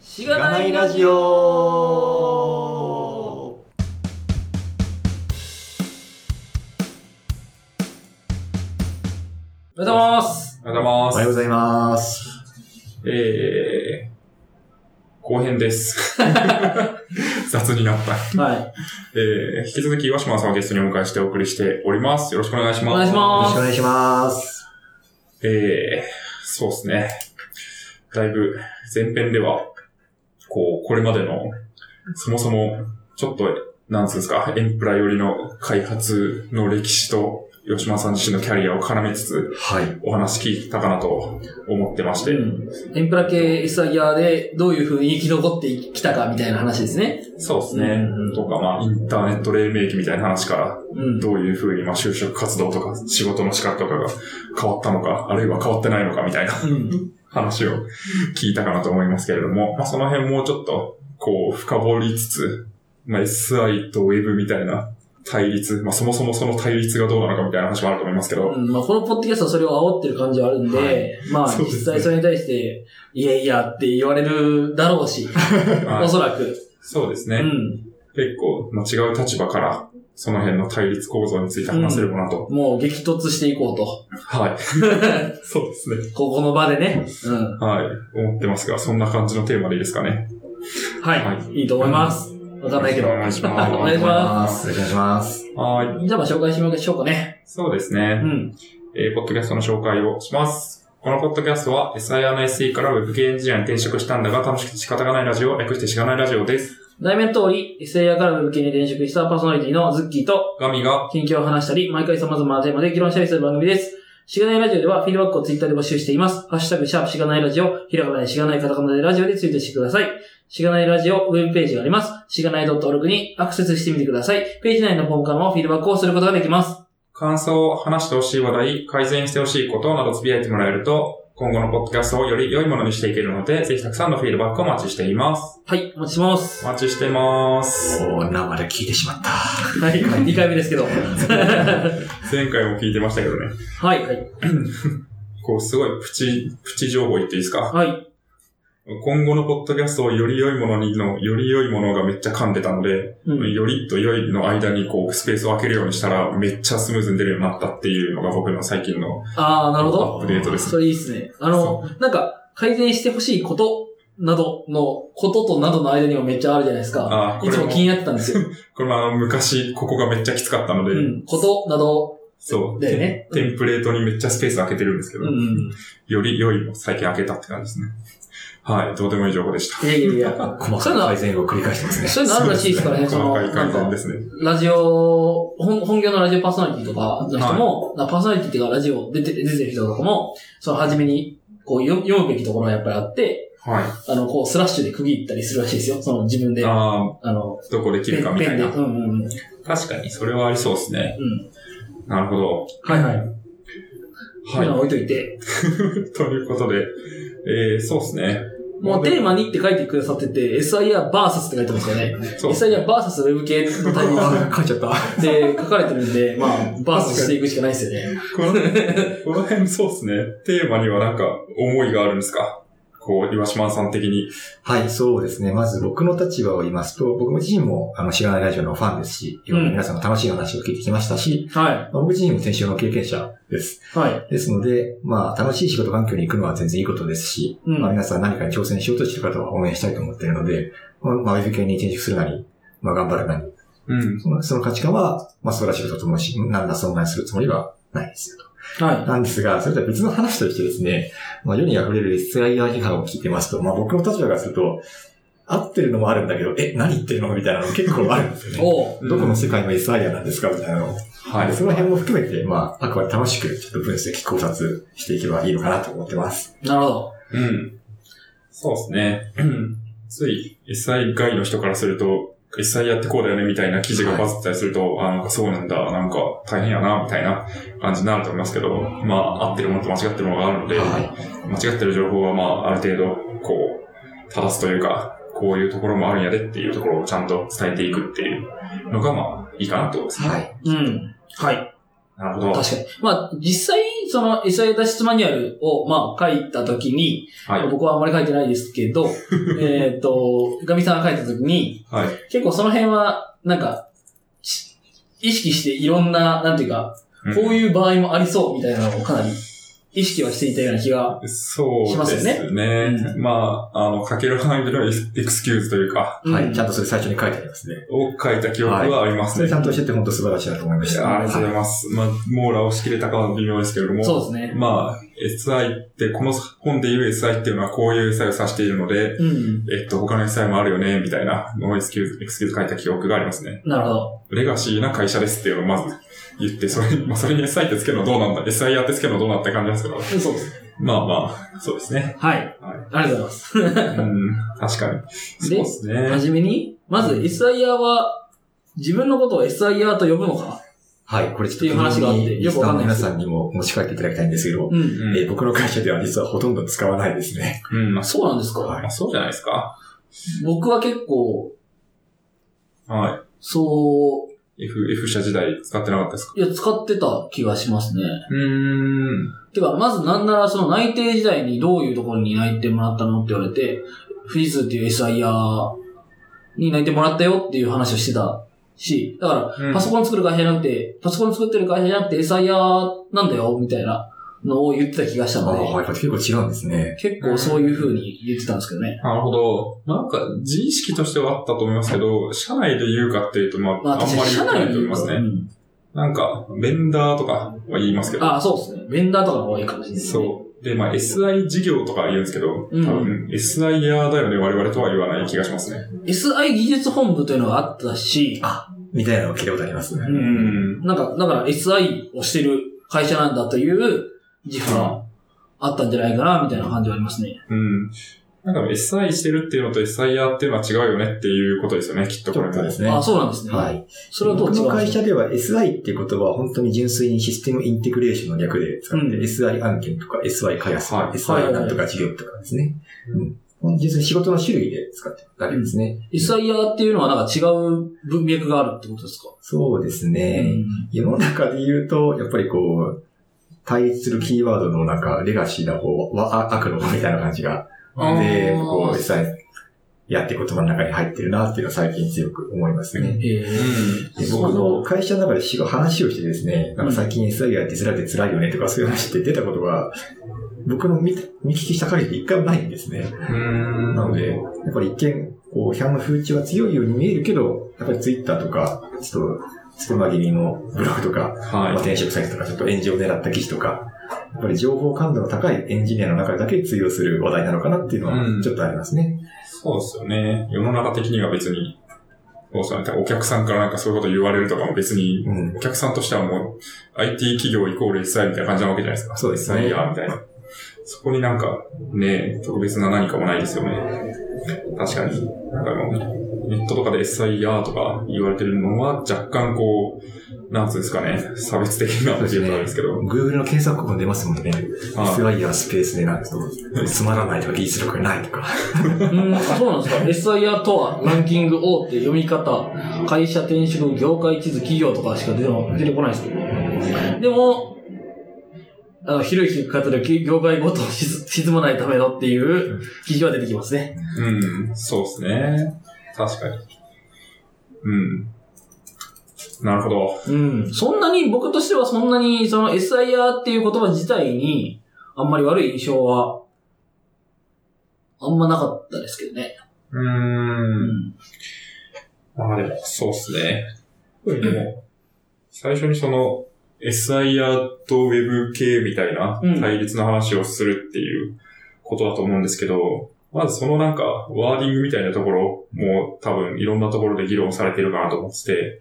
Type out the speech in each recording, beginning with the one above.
ししがないラジオおはようございますおはようごおはざいようごまざいます。す。えー、後編です。雑になった。はい。えー、引き続き岩島さんをゲストにお迎えしてお送りしております。よろしくお願いします。お願いしよまろしくお願いします。す。えー、そうですね。だいぶ前編では、こう、これまでの、そもそも、ちょっと、なんつうんですか、エンプラ寄りの開発の歴史と、吉島さん自身のキャリアを絡めつつ、はい。お話聞いたかなと思ってまして、エンプラ系エスアギアでどういう風に生き残ってきたかみたいな話ですね。そうですね。うんとか、まあ、インターネット黎明期みたいな話から、うん。どういうふうに、まあ、就職活動とか仕事の仕方とかが変わったのか、あるいは変わってないのかみたいなうん。話を聞いたかなと思いますけれども、まあ、その辺もうちょっと、こう、深掘りつつ、まあ、SI と Web みたいな対立、まあ、そもそもその対立がどうなのかみたいな話もあると思いますけど、うんまあ、このポッドキャストはそれを煽ってる感じはあるんで、はまあ、そうですね実際それに対して、いやいやって言われるだろうし、まおあそらく。そうですうね。ん。結構、まあ、違う立場から、その辺の対立構造について話せればなと。もう激突していこうと。 はい。そうですね。ここの場でね。うん。はい。思ってますが、そんな感じのテーマでいいですかね。はい。、はいいと思います。わかんないけど。おは願いし お願いしまお願いします。はい。い。じゃあ、まあ、紹介してみましょうかね。そうですうね。ん。えーポッドキャストの紹介をします。このポッドキャストは SIR の SE から Web 系エンジニアに転職したんだが楽しくて仕方がないラジオ、略してしがないラジオです。題名の通り、SAR からの向けに転職したパーソナリティのズッキーと、ガミが、近況を話したり、毎回様々なテーマで議論したりする番組です。しがないラジオでは、フィードバックをツイッターで募集しています。ハッシュタグ、シャープしがないラジオ、ひらがなでしがないカタカナでラジオでツイートしてください。しがないラジオ、ウェブページがあります。しがない .org にアクセスしてみてください。ページ内のフォームからもフィードバックをすることができます。感想を話してほしい話題、改善してほしいことなどつぶやいてもらえると、今後のポッドキャストをより良いものにしていけるので、ぜひたくさんのフィードバックをお待ちしています。はい、お待ちしてます。お待ちしてます。おー、生で聞いてしまった。はい、2回目ですけど。は前回も聞いてましたけどね。い、はい、こう、すごいプチ、プチ情報言っていいですかはい。今後のポッドキャストをより良いものにの、より良いものがめっちゃ噛んでたので、うんよりとよりの間にこうスペースを空けるようにしたらめっちゃスムーズに出るようになったっていうのが僕の最近のああ、なアるほど。ップデートです。それいいっすね。あの、なんか、改善してほしいことなどの、こととなどの間にもめっちゃあるじゃないですか。ああ、こいれつもも、気になってたんですよ。 これもあの昔ここがめっちゃきつかったので、うん。ことなど、そう、だよねテンテンプレートにめっちゃスペース空けてるんですけど、うん。より良いも最近空けたって感じですね。はい、どうでもいい情報でした。いやいやいや。細かい改善を繰り返してますね。そういうのあるらしいですから ね、そ細の、かいな改ん善かで、すね。ラジオ、本本業のラジオパーソナリティとかの人も、なパーソナリティっていうか、ラジオ出て出てる人とかも、その初めに、こう読読むべきところがやっぱりあって、はい。あの、こうスラッシュで区切ったりするらしいですよ。その自分で、ああの、あ、どこで切るかみたいで。な。うんうんうん。確かに、それはありそうですね。うん。なるほど。はいはい。ははいい。。置いといて。ということで、えー、そうですね。もうテーマにって書いてくださってて、SIR vs って書いてますよね。そう SIR vs ウェブ系のタイミンあ 書いちゃった。グで書か れてるんで、まあ、バースしていくしかないですよね。この、 この辺そうですね。テーマにはなんか思いがあるんですかこう、岩島さん的に。はい、そうですね。まず僕の立場を言いますと、僕自身も、あの、知らないラジオのファンですし、いろんな皆さんの楽しい話を聞いてきましたし、はまあ僕自身も先週の経験者です。い。はい。ですので、まあ、楽しい仕事環境に行くのは全然いいことですし、うんまあ、皆さん何かに挑戦しようとしている方は応援したいと思っているので、まあまあ、ウェブ系に転職するなり、まあ、頑張るなり、うん。そのその価値観は、まあ、素晴らしいことだと思うし、なんだそんなにするつもりはないですよと。はなんですが、それとは別の話としてですね、まあ、世に溢れる SIR 批判を聞いてますと、まあ、僕の立場からすると、合ってるのもあるんだけど、え、何言ってるのみたいなの結構あるんですい。よね。おう。どこの世界の SIR なんですかみたいなのを。はでい。その辺も含めて、まあ、あくまで楽しくちょっと分析考察していけばいいのかなと思ってます。なるほど。うん。そうですね。 うんつい、SI 外の人からすると、SI やってこうだよねみたいな記事がバズったりすると、あ、なんかそうなんだ、なんか大変やな、みたいな感じになると思いますけど、まあ、合ってるものと間違ってるものがあるので、はい。間違ってる情報はまあ、ある程度、こう、正すというか、こういうところもあるんやでっていうところをちゃんと伝えていくっていうのがまあ、いいかなと思いますね。はい。うん。はい。なるほど。確かに。まあ、実際、その SI 脱出マニュアルを、まあ、書いたときに、はい。僕はあんまり書いてないですけど、えっと、ガミさんが書いたときに、はい。結構その辺は、なんか、し意識していろんな、なんていうか、こうういう場合もありそうみたいなのをかなり意識はしていたような気が。ん。そうしますでよすねね。まあ、あの、かける範囲でのエクエクスキューズというか、うんはい。ちゃんとそれ最初に書いてありますね。を書いた記憶はありますそれね。ちゃんと教えて本当素晴らしいなと思いましいた。やありがとうござはいます。まあ、網羅をしきれたかは微妙ですけれども。そうですね。まあ、SI って、この本で言う SI っていうのはこういう SI を指しているので、うん。えっと、他の SI もあるよね、みたいな、ノイズキューズ、エクスキューズ書いた記憶がありますね。なるほど。レガシーな会社ですっていうのをまず言って、それに、まあ、それに SI ってつけるのどうなんだ、SI やってつけるのどうなんだって感じですけど、そうです。まあまあ、そうですね。はい。はいありがとうございます。うん、確かに。そうですはね。じめに、まず SIR は、自分のことを SIR と呼ぶのかはい。これちょっとっていう話があってよくわかんないでリすスナーの皆さんにも持ち帰っていただきたいんですけど、うん。うんえー僕の会社では実はほとんど使わないですね。うん、まあ、そそうなんですか、はまあそうじゃないですか。僕は結構、はそい。F、F 社時代使ってなかったですかう、いや、使ってた気がしますね。うーん。てか、まずなんならその内定時代にどういうところに内定もらったのって言われて、富士通っていう SIR に内定もらったよっていう話をしてたし、だから、うんパソコン作る会社じゃなくて、パソコン作ってる会社じゃなくて SIR なんだよ、みたいなのを言ってた気がしたあのあ、で、やっぱ結構違うんですね。結構そういう風に言ってたんですけどね。なるほど。なんか、自意識としてはあったと思いますけど、社内で言うかっていうと、まあ、まあ、あんまり私、社言って内ないとに思いいますね。うんなんか、ベンダーとかは言いますけど、ああ、そうですね。ベンダーとかの方がいいかもしれない、ね。そう。で、まあ、SI 事業とか言うんですけど、多うん分、SIR だよね、我々とは言わない気がしますね。 SI 技術本部というのがあったし、あ、みたいなのを聞いたことありますね。ううんん。なんか、だから SI をしてる会社なんだという自負があったんじゃないかな、みたいな感じはありますね。うん。なんか、SI してるっていうのと SIR っていうのは違うよねっていうことですよね、きっとこれも。そうですね。あ、そうなんですね。はい。それはどう違うん僕ですかの会社では SI っていう言葉は本当に純粋にシステムインテグレーションの略で使って、うん SI 案件とか SI 開発とか、はい SI なんとか事業とかですね。うん。純粋に仕事の種類で使ってるだけですね。 SIR っていうのはなんか違う文脈があるってことですか、そうですね。世の中で言うと、やっぱりこう、対立するキーワードのなんか、レガシーな方はあ悪の方みたいな感じが。あーで、こう、実際、やって言葉の中に入ってるなっていうのは最近強く思いますね。ええでそう僕の会社の中で仕事話をしてですね、なんか最近 SI やって辛くて辛いよねとかそういう話って出たことが、僕の見見聞きした限りで一回もないんですね。うん。なので、やっぱり一見、こう、批判の風潮は強いように見えるけど、やっぱり Twitter とか、ちょっと、スクマ気味のブログとか、まあ、は転職先とか、ちょっと炎上を狙った記事とか、やっぱり情報感度の高いエンジニアの中だけ通用する話題なのかなっていうのうんは、ちょっとありますね。い。そうですよね。世の中的には別に、そうですよね。お客さんからなんかそういうこと言われるとかも別にうん。お客さんとしてはもう、IT 企業イコール SI みたいな感じなわけじゃないですか。そうですね SI や、みたいな。そこになんか、ね、特別な何かもないですよね。確かに。なんかあのネットとかで SI やとか言われてるのは若干こう、なんつうんですかね、差別的なっていうことなんですけど。 Google の検索文出ますもんね。はいスワイヤースペースでなんかつまらないとか技術力がないとか。うん、そうなんですか ?SIR とはランキング O って読み方、会社転職、業界地図、企業とかしか出てこ出てこないですけど。でも、あの、広い聞き方で業界ごと沈沈まないためのっていう記事は出てきますね。うん、そうですね。確かに。うん。なるほど。うん。そんなに、僕としてはそんなに、その SIR っていう言葉自体に、あんまり悪い印象は、あんまなかったですけどね。うー。うんん。まあでも、そうっすね。特にでも、最初にその、SIR と Web 系みたいなうん対立の話をするっていうことだと思うんですけど、まずそのなんか、ワーディングみたいなところも多分いろんなところで議論されてるかなと思ってて、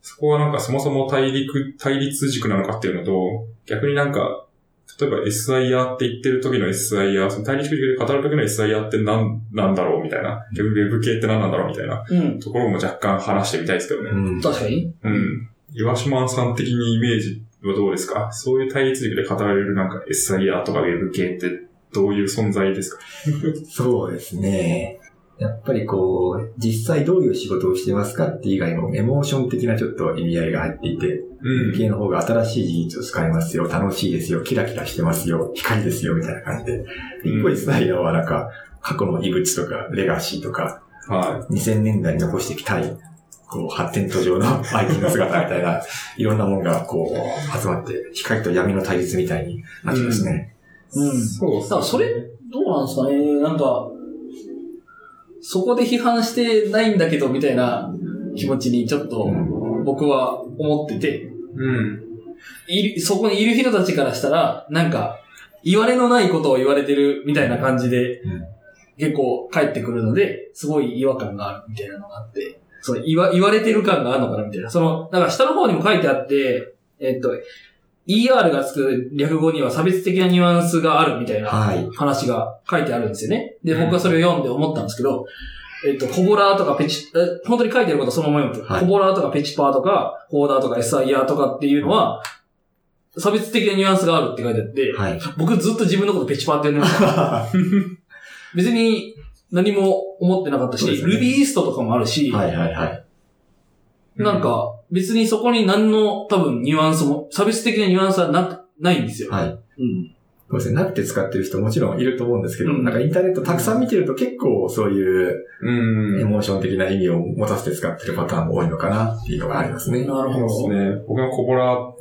そこはなんかそもそも対立、対立軸なのかっていうのと、逆になんか、例えば SIR って言ってる時の SIR、その対立軸で語る時の SIR って何なんだろうみたいな、逆に Web 系って何なんだろうみたいな、うん。ところも若干話してみたいですけどね。ん。確かに。うん。岩島さん的にイメージはどうですかそういう対立軸で語られるなんか SIR とか Web 系ってどういう存在ですかそうですね。やっぱりこう、実際どういう仕事をしてますかって以外のエモーション的なちょっと意味合いが入っていて、うん。系の方が新しい技術を使いますよ、楽しいですよ、キラキラしてますよ、光ですよ、みたいな感じで。うん一個一イのはなんか、過去の遺物とか、レガシーとか、は2000年代に残していきたい、こう、発展途上の IT の姿みたいな、いろんなものがこう、集まって、光と闇の対立みたいになってますね。うんい。そうっすだからそれどうなんですかねなんか、そこで批判してないんだけど、みたいな気持ちにちょっと僕は思ってて、うん。いる、そこにいる人たちからしたら、なんか、言われのないことを言われてるみたいな感じで、うん結構帰ってくるので、すごい違和感があるみたいなのがあって、その言わ言われてる感があるのかなみたいな。その、なんか下の方にも書いてあって、えっと、ER がつく略語には差別的なニュアンスがあるみたいな はい。話が書いてあるんですよね。で、うん僕はそれを読んで思ったんですけど、えっと、コボラーとかペチ、え本当に書いてあることそのまま読むと、はいコボラーとかペチパーとか、ホーダーとかエサイヤーとかっていうのは、差別的なニュアンスがあるって書いてあって、はい。僕ずっと自分のことペチパーって呼んでました。別に何も思ってなかったし、そうですねルビーイーストとかもあるし、はいはいはい。なんか別にそこに何の多分ニュアンスも、差別的なニュアンスはな、ないんですよ。はい。うん。そうですね。なって使ってる人もちろんいると思うんですけうど、んなんかインターネットたくさん見てると結構そういううん。エモーション的な意味を持たせて使ってるパターンも多いのかなっていうのがありますね。なるそうですほね。僕がコボラを、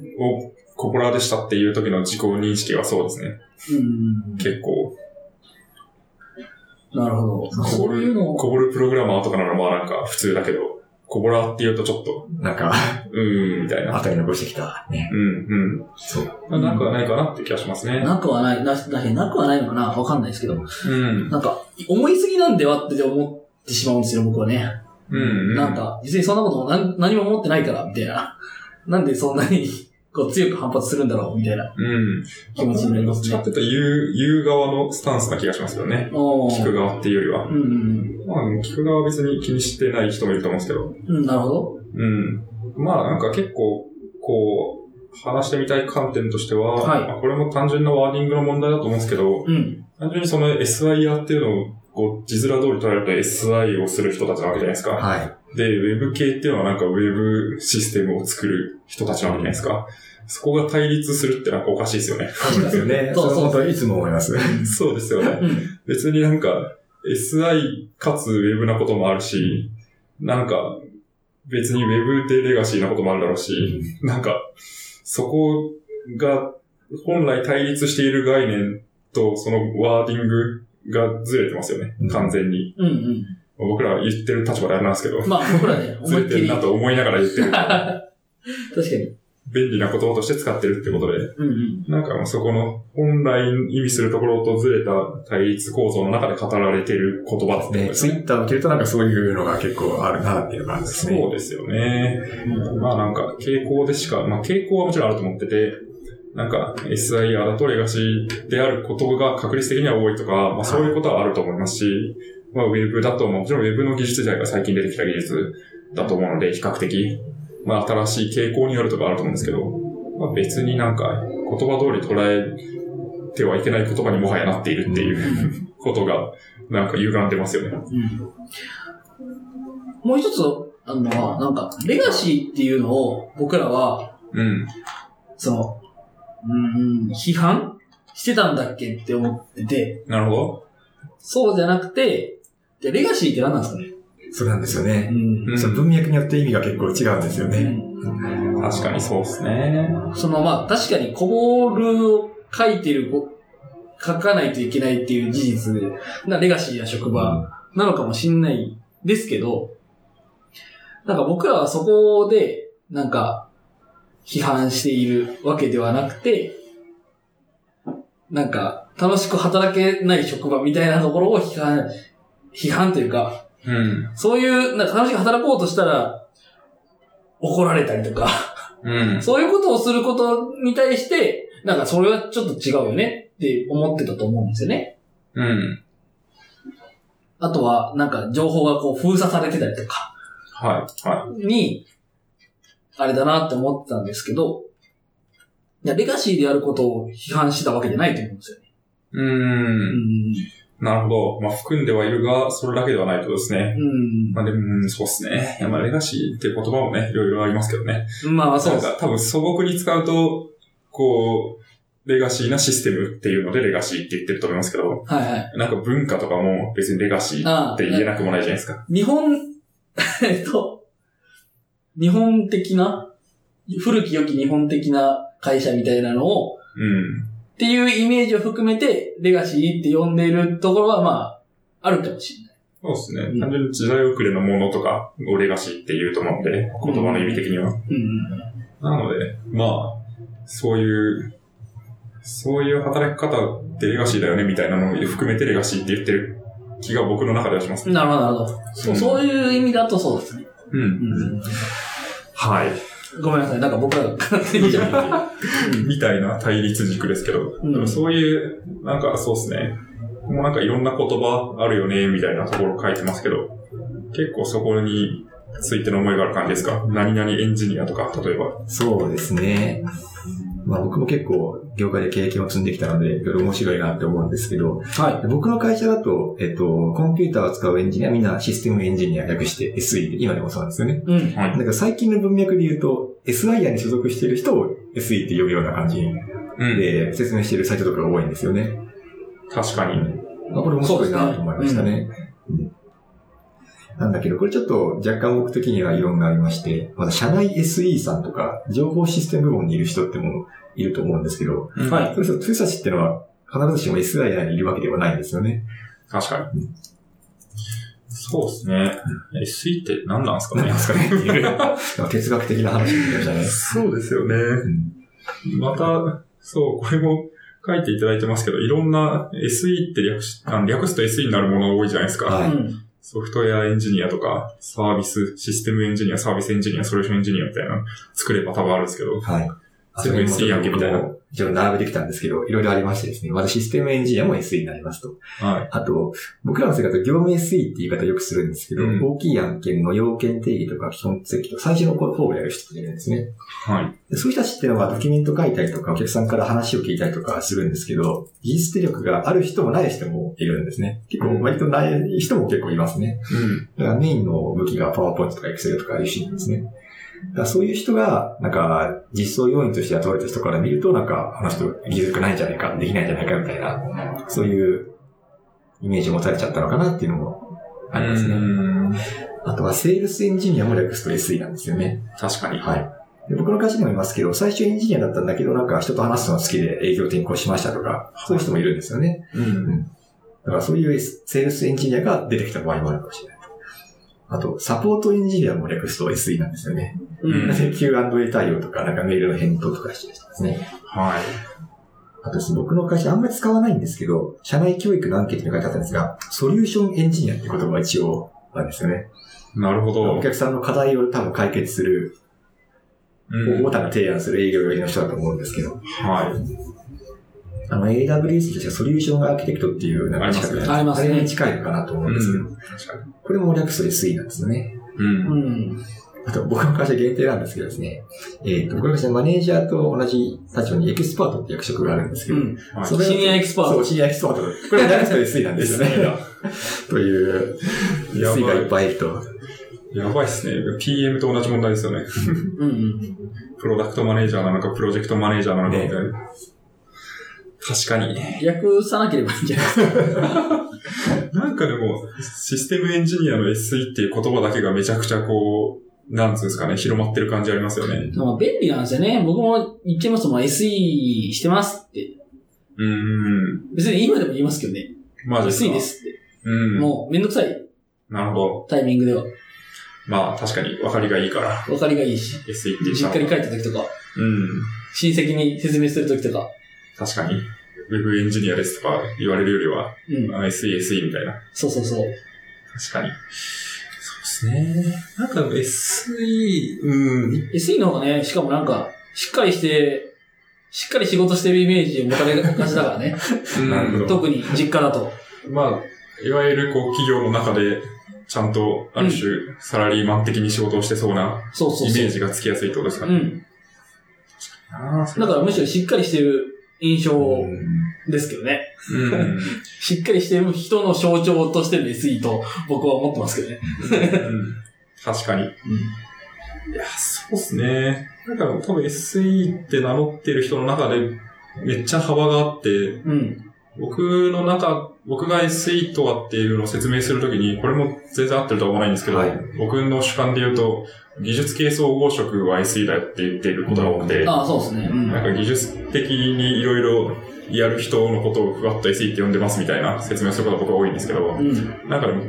コボラでしたっていう時の自己認識はそうですね。ど。うん。結構。なるほど。そういうのをコボルプログラマーとかならまあなんか普通だけど、コボラって言うとちょっと、なんか、うーん、みたいな。後に残してきた。ね。うん、そう。うん。なんかないかなって気がしますね。なくはない、な、ななくはないのかなわかんないですけど。うん。なんか、思いすぎなんではって思ってしまうんですよ、僕はね。うん。なん。か、別にそんなことも何何も思ってないから、みたいな。なんでそんなに、 こう、強く反発するんだろう、みたいなうん。気持ちになりどまっすちかねって。いうと、言う、言う側のスタンスな気がしますよね。お聞くー側っていうよりは。うんうんまあ、聞く側は別に気にしてない人もいると思うんですけど。うん。うん、なるほど。うん。まあなんか結構、こう、話してみたい観点としては、はいまあこれも単純なワーディングの問題だと思うんですけど、うん。単純にその SIR っていうのを、こう、字面通り捉えると SI をする人たちなわけじゃないですか。はい。で、ウェブ系っていうのはなんかウェブシステムを作る人たちなわけじゃないですか。そこが対立するってなんかおかしいですよね。そうですよね。そそううそう本当にいつも思います。そうですよね。うん。別になんか、SI かつウェブなこともあるし、なんか、別にウェブでレガシーなこともあるだろうし、なんか、そこが本来対立している概念とそのワーディングがずれてますよねうん。完全に。うんうん。僕らは言ってる立場であれなんですけど、まあ、僕らね、 思 ずいれってきるり。な確と思いながら言ってる。かに。便利な言葉として使ってるってことで、うんうん。なんかもうそこの本来意味するところとずれた対立構造の中で語られてる言葉ってことね、ですツイね。ッターを切るとなんかそういうのが結構あるなっていう感じですね。そうですよね。まあなんか傾向でしか、まあ傾向はもちろんあると思ってて、なんか SIR だとレガシーであることが確率的には多いとか、まあそういうことはあると思いますし、まあウェブだと、まあもちろんウェブの技術自体が最近出てきた技術だと思うので、比較的、まあ新しい傾向によるとかあると思うんですけど、まあ別になんか言葉通り捉えてはいけない言葉にもはやなっているっていうことが、なんか歪んでますよね。うんもう一つ、あのは、なんか、レガシーっていうのを、僕らは、うん。その、うーん、批判してたんだっけって思ってて、なるほど。そうじゃなくて、じゃあレガシーって何なんですかねそうなんですよね。んうんその文脈によって意味が結構違うんですよね。確かにそうですね。そのまあ確かにコボールを書いてるご、書かないといけないっていう事実なレガシーや職場なのかもしんないですけど、なんか僕らはそこで、なんか、批判しているわけではなくて、なんか、楽しく働けない職場みたいなところを批判、批判というか、うん。そういう、なんか楽しく働こうとしたら、怒られたりとか、 うん。そういうことをすることに対して、なんかそれはちょっと違うよねって思ってたと思うんですよね。うん。あとは、なんか情報がこう封鎖されてたりとかはい。はに、あれだなって思ってたんですけど、いやレガシーでやることを批判してたわけじゃないと思うんですよね。い。うーん。なるほど。まあ、含んではいるが、それだけではないとですね。うん。まあ、でも、うんそうですね。いや、まあ、レガシーっていう言葉もね、いろいろありますけどね。まあ、そうなんですか、多分素朴に使うと、こう、レガシーなシステムっていうので、レガシーって言ってると思いますけど、はいはい。なんか文化とかも別にレガシーああって言えなくもないじゃないですか。日本、 えっと、日本的な、古き良き日本的な会社みたいなのを、うん。っていうイメージを含めて、レガシーって呼んでいるところは、まあ、あるかもしれない。そうですうんね。単純に時代遅れのものとかをレガシーって言うと思うんで、言葉の意味的には。うん。なので、まあ、そういう、そういう働き方ってレガシーだよねみたいなのを含めてレガシーって言ってる気が僕の中ではします。なるほど、なるほど。そううんそういう意味だとそうですね。うん。うん。はい。ごめんなさい、なんか僕らが勝手にじゃん。みたいな対立軸ですけど、うんでもそういう、なんかそうですね。もうなんかいろんな言葉あるよね、みたいなところ書いてますけど、結構そこについての思いがある感じですか何々エンジニアとか、例えば。そうですね。まあ僕も結構業界で経験を積んできたので、いろいろ面白いなって思うんですけど、は僕の会社だと、えっと、コンピューターを使うエンジニア、みんなシステムエンジニア略して SE で、今でもそうなんですよね。い。うん。はいだから最近の文脈で言うと、SIA に所属している人を SE って呼ぶような感じうん。で説明しているサイトとかが多いんですよね。確かに。まあ、これ面白いなと思いましたね。うんなんだけど、これちょっと若干僕的には異論がありまして、まだ社内 SE さんとか、情報システム部門にいる人ってもいると思うんですけど、はいそれこそ通差しってのは必ずしも SIA にいるわけではないんですよね。確かに。そうですね。SE って何なんですかなんねですかねっていうなんか哲学的な話になりましたね。 そうですよね。うんまた、そう、これも書いていただいてますけど、いろんな SE って略し、あの略すと SE になるものが多いじゃないですか。はういん。ソフトウェアエンジニアとか、サービス、システムエンジニア、サービスエンジニア、ソリューションエンジニアみたいな作れば多分あるんですけど。はい。全部 SE やんけみたいな。一応並べてきたんですけど、いろいろありましてですね、まだシステムエンジニアも SE になりますと。はい。あと、僕らの世界だと業務 SE って言い方よくするんですけど、うん大きい案件の要件定義とか基本設計とか最初の方をやる人っているんですね。はい。でそういう人たちっていうのはドキュメント書いたりとか、お客さんから話を聞いたりとかするんですけど、技術力がある人もない人もいるんですね。結う構、ん割とない人も結構いますね。うん。だからメインの武器がパワーポイントとかエクセルとかいうシーンですね。だからそういう人が、なんか、実装要員として雇われた人から見ると、なんか、あの人、技術力ないんじゃないか、できないんじゃないか、みたいな、そういうイメージを持たれちゃったのかなっていうのもありますうね。んあとは、セールスエンジニアも略すと SE なんですよね。確かに。はい。で僕の会社にもいますけど、最初エンジニアだったんだけど、なんか人と話すのが好きで営業転向しましたとか、そういう人もいるんですよね。うん。だからそういうセールスエンジニアが出てきた場合もあるかもしれない。あと、サポートエンジニアも略すと SE なんですよね。うん。うん Q&A 対応とか、なんかメールの返答とかしてる人ですね。はい。あとですね、僕の会社あんまり使わないんですけど、社内教育のアンケートに書いてあったんですが、ソリューションエンジニアって言葉が一応なんですよね。なるほど。お客さんの課題を多分解決する、方うん法を多分提案する営業寄りの人だと思うんですけど、はい。あの AWS でソリューションアーキテクトっていうなんか近くありますねあれに近いのかなと思うんですけど、うん確かに。これも略すと SE なんですよね。うん。うん。あと、僕の会社限定なんですけどですね、えっ、と、僕の会社マネージャーと同じ立場にエキスパートって役職があるんですけうど、ん。はいそれシニアエキスパートそう、シニアエキスパート。これも大学生 SE なんですよ ね。という、やばい SE がいっぱいいると。やばいっすね。PM と同じ問題ですよね。うんうん。プロダクトマネージャーなのか、プロジェクトマネージャーなのかみたいな。確かに。訳さなければいいんじゃないですか。なんかでも、システムエンジニアの SE っていう言葉だけがめちゃくちゃこう、なんつうんですかね、広まってる感じありますよね。まあ、便利なんですよね。僕も言っちゃいますもん、SE してますって。うーん。別に今でも言いますけどね。マジですか SE で。すって。うん。もう、めんどくさいなるほど。タイミングでは。まあ確かに分かりがいいから、分かりがいいし。 SE って言っち実ゃう家に帰った時とか、うん。親戚に説明する時とか。確かに。ウェブエンジニアですとか言われるよりは、うん。あ SE、SE みたいな。そうそうそう。確かに。そうですね。なんか SE、うん。 SE の方がね、しかもなんか、しっかりして、しっかり仕事してるイメージを持たれがちだからね。なるほど特に実家だと。まあ、いわゆるこう企業の中で、ちゃんとある種、サラリーマン的に仕事をしてそうなそうそうそう。イメージがつきやすいってことですかうね。ん。ああ、そだからむしろしっかりしてる印象うんですけどね。うん。しっかりしてる人の象徴としての SE と僕は思ってますけどね。うん確かに。いや、そうっすね。なんか多分 SE って名乗ってる人の中でめっちゃ幅があって、うん。僕の中、僕が SE とはっていうのを説明するときに、これも全然合ってるとは思わないんですけど、はい僕の主観で言うと、技術系総合職は SE だよって言っていることが多くて、ああ、そうですね。うん。なんか技術的にいろいろやる人のことをふわっと SE って呼んでますみたいな説明をすることが僕は多いんですけど、うん。なんかでも、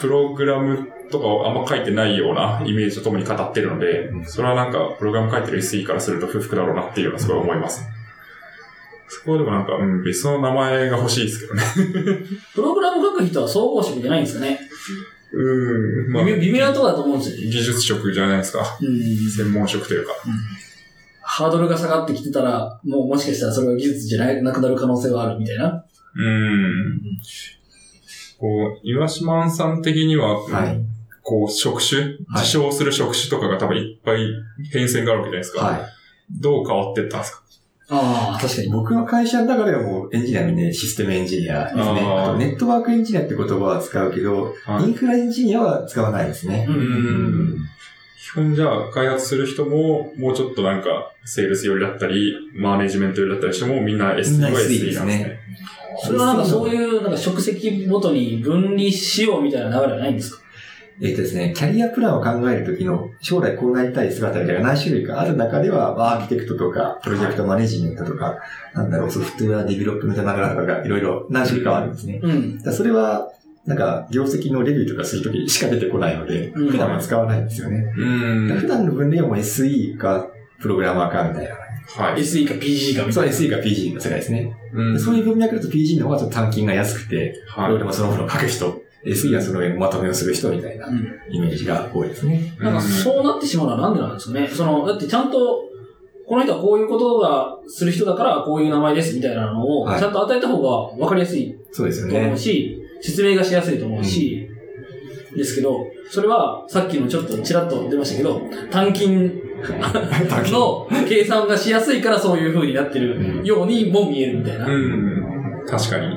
プログラムとかをあんま書いてないようなイメージとともに語ってるのでう、んそれはなんか、プログラム書いてる SE からすると不服だろうなっていうのはすごい思います。そこはでもなんか、うん、別の名前が欲しいですけどね。プログラム書く人は総合職じゃないんですかね。うん、まあ微、妙微妙なところだと思うんですよね。技術職じゃないですか。うん。専門職というか。ハードルが下がってきてたら、もうもしかしたらそれが技術じゃないなくなる可能性はあるみたいな。うん。こう、岩島さん的には、はい。こう、職種、はい自称する職種とかが多分いっぱい変遷があるわけじゃないですか。はい。どう変わってったんですかああ、確かに。僕の会社の中ではもうエンジニアみんなシステムエンジニアですね。あーあとネットワークエンジニアって言葉は使うけど、はい。インフラエンジニアは使わないですね。ううん基本じゃあ、開発する人も、もうちょっとなんか、セールス寄りだったり、マネジメント寄りだったりしても、みんな SE は SE なんですみんな SE ですね。それはなんかそういう、なんか職責ごとに分離しようみたいな流れはないんですかえっ、とですね、キャリアプランを考えるときの将来こうなりたい姿みたいな何種類かある中では、まあアーキテクトとか、プロジェクトマネジメントとか、なんだろう、ソフトウェアディベロップメントなんとかがいろいろ何種類かあるんですね。うん。だからそれは、なんか、業績のレビューとかするときしか出てこないので、うん普段は使わないんですよね。うん。普段の分類はもう SE か、プログラマーかみたいな。はい。 SE か PG かみたいそう SE か PG の世代ですね。うんそういう文脈だと PG の方がちょっと単金が安くて、はいロールもそのものを書く人、SE はその上のまとめをする人みたいなな。うん。イメージが多いですね。なんかそうなってしまうのはなんでなんですかね。その、だってちゃんと、この人はこういうことがする人だからこういう名前ですみたいなのをはいちゃんと与えた方が分かりやすいそうですよと思ねう。し、説明がしやすいと思うし、ですけど、それはさっきもちょっとちらっと出ましたけど、単金 単金の計算がしやすいからそういう風になってうるんようにも見えるみたいな。ううん。ん。確かに。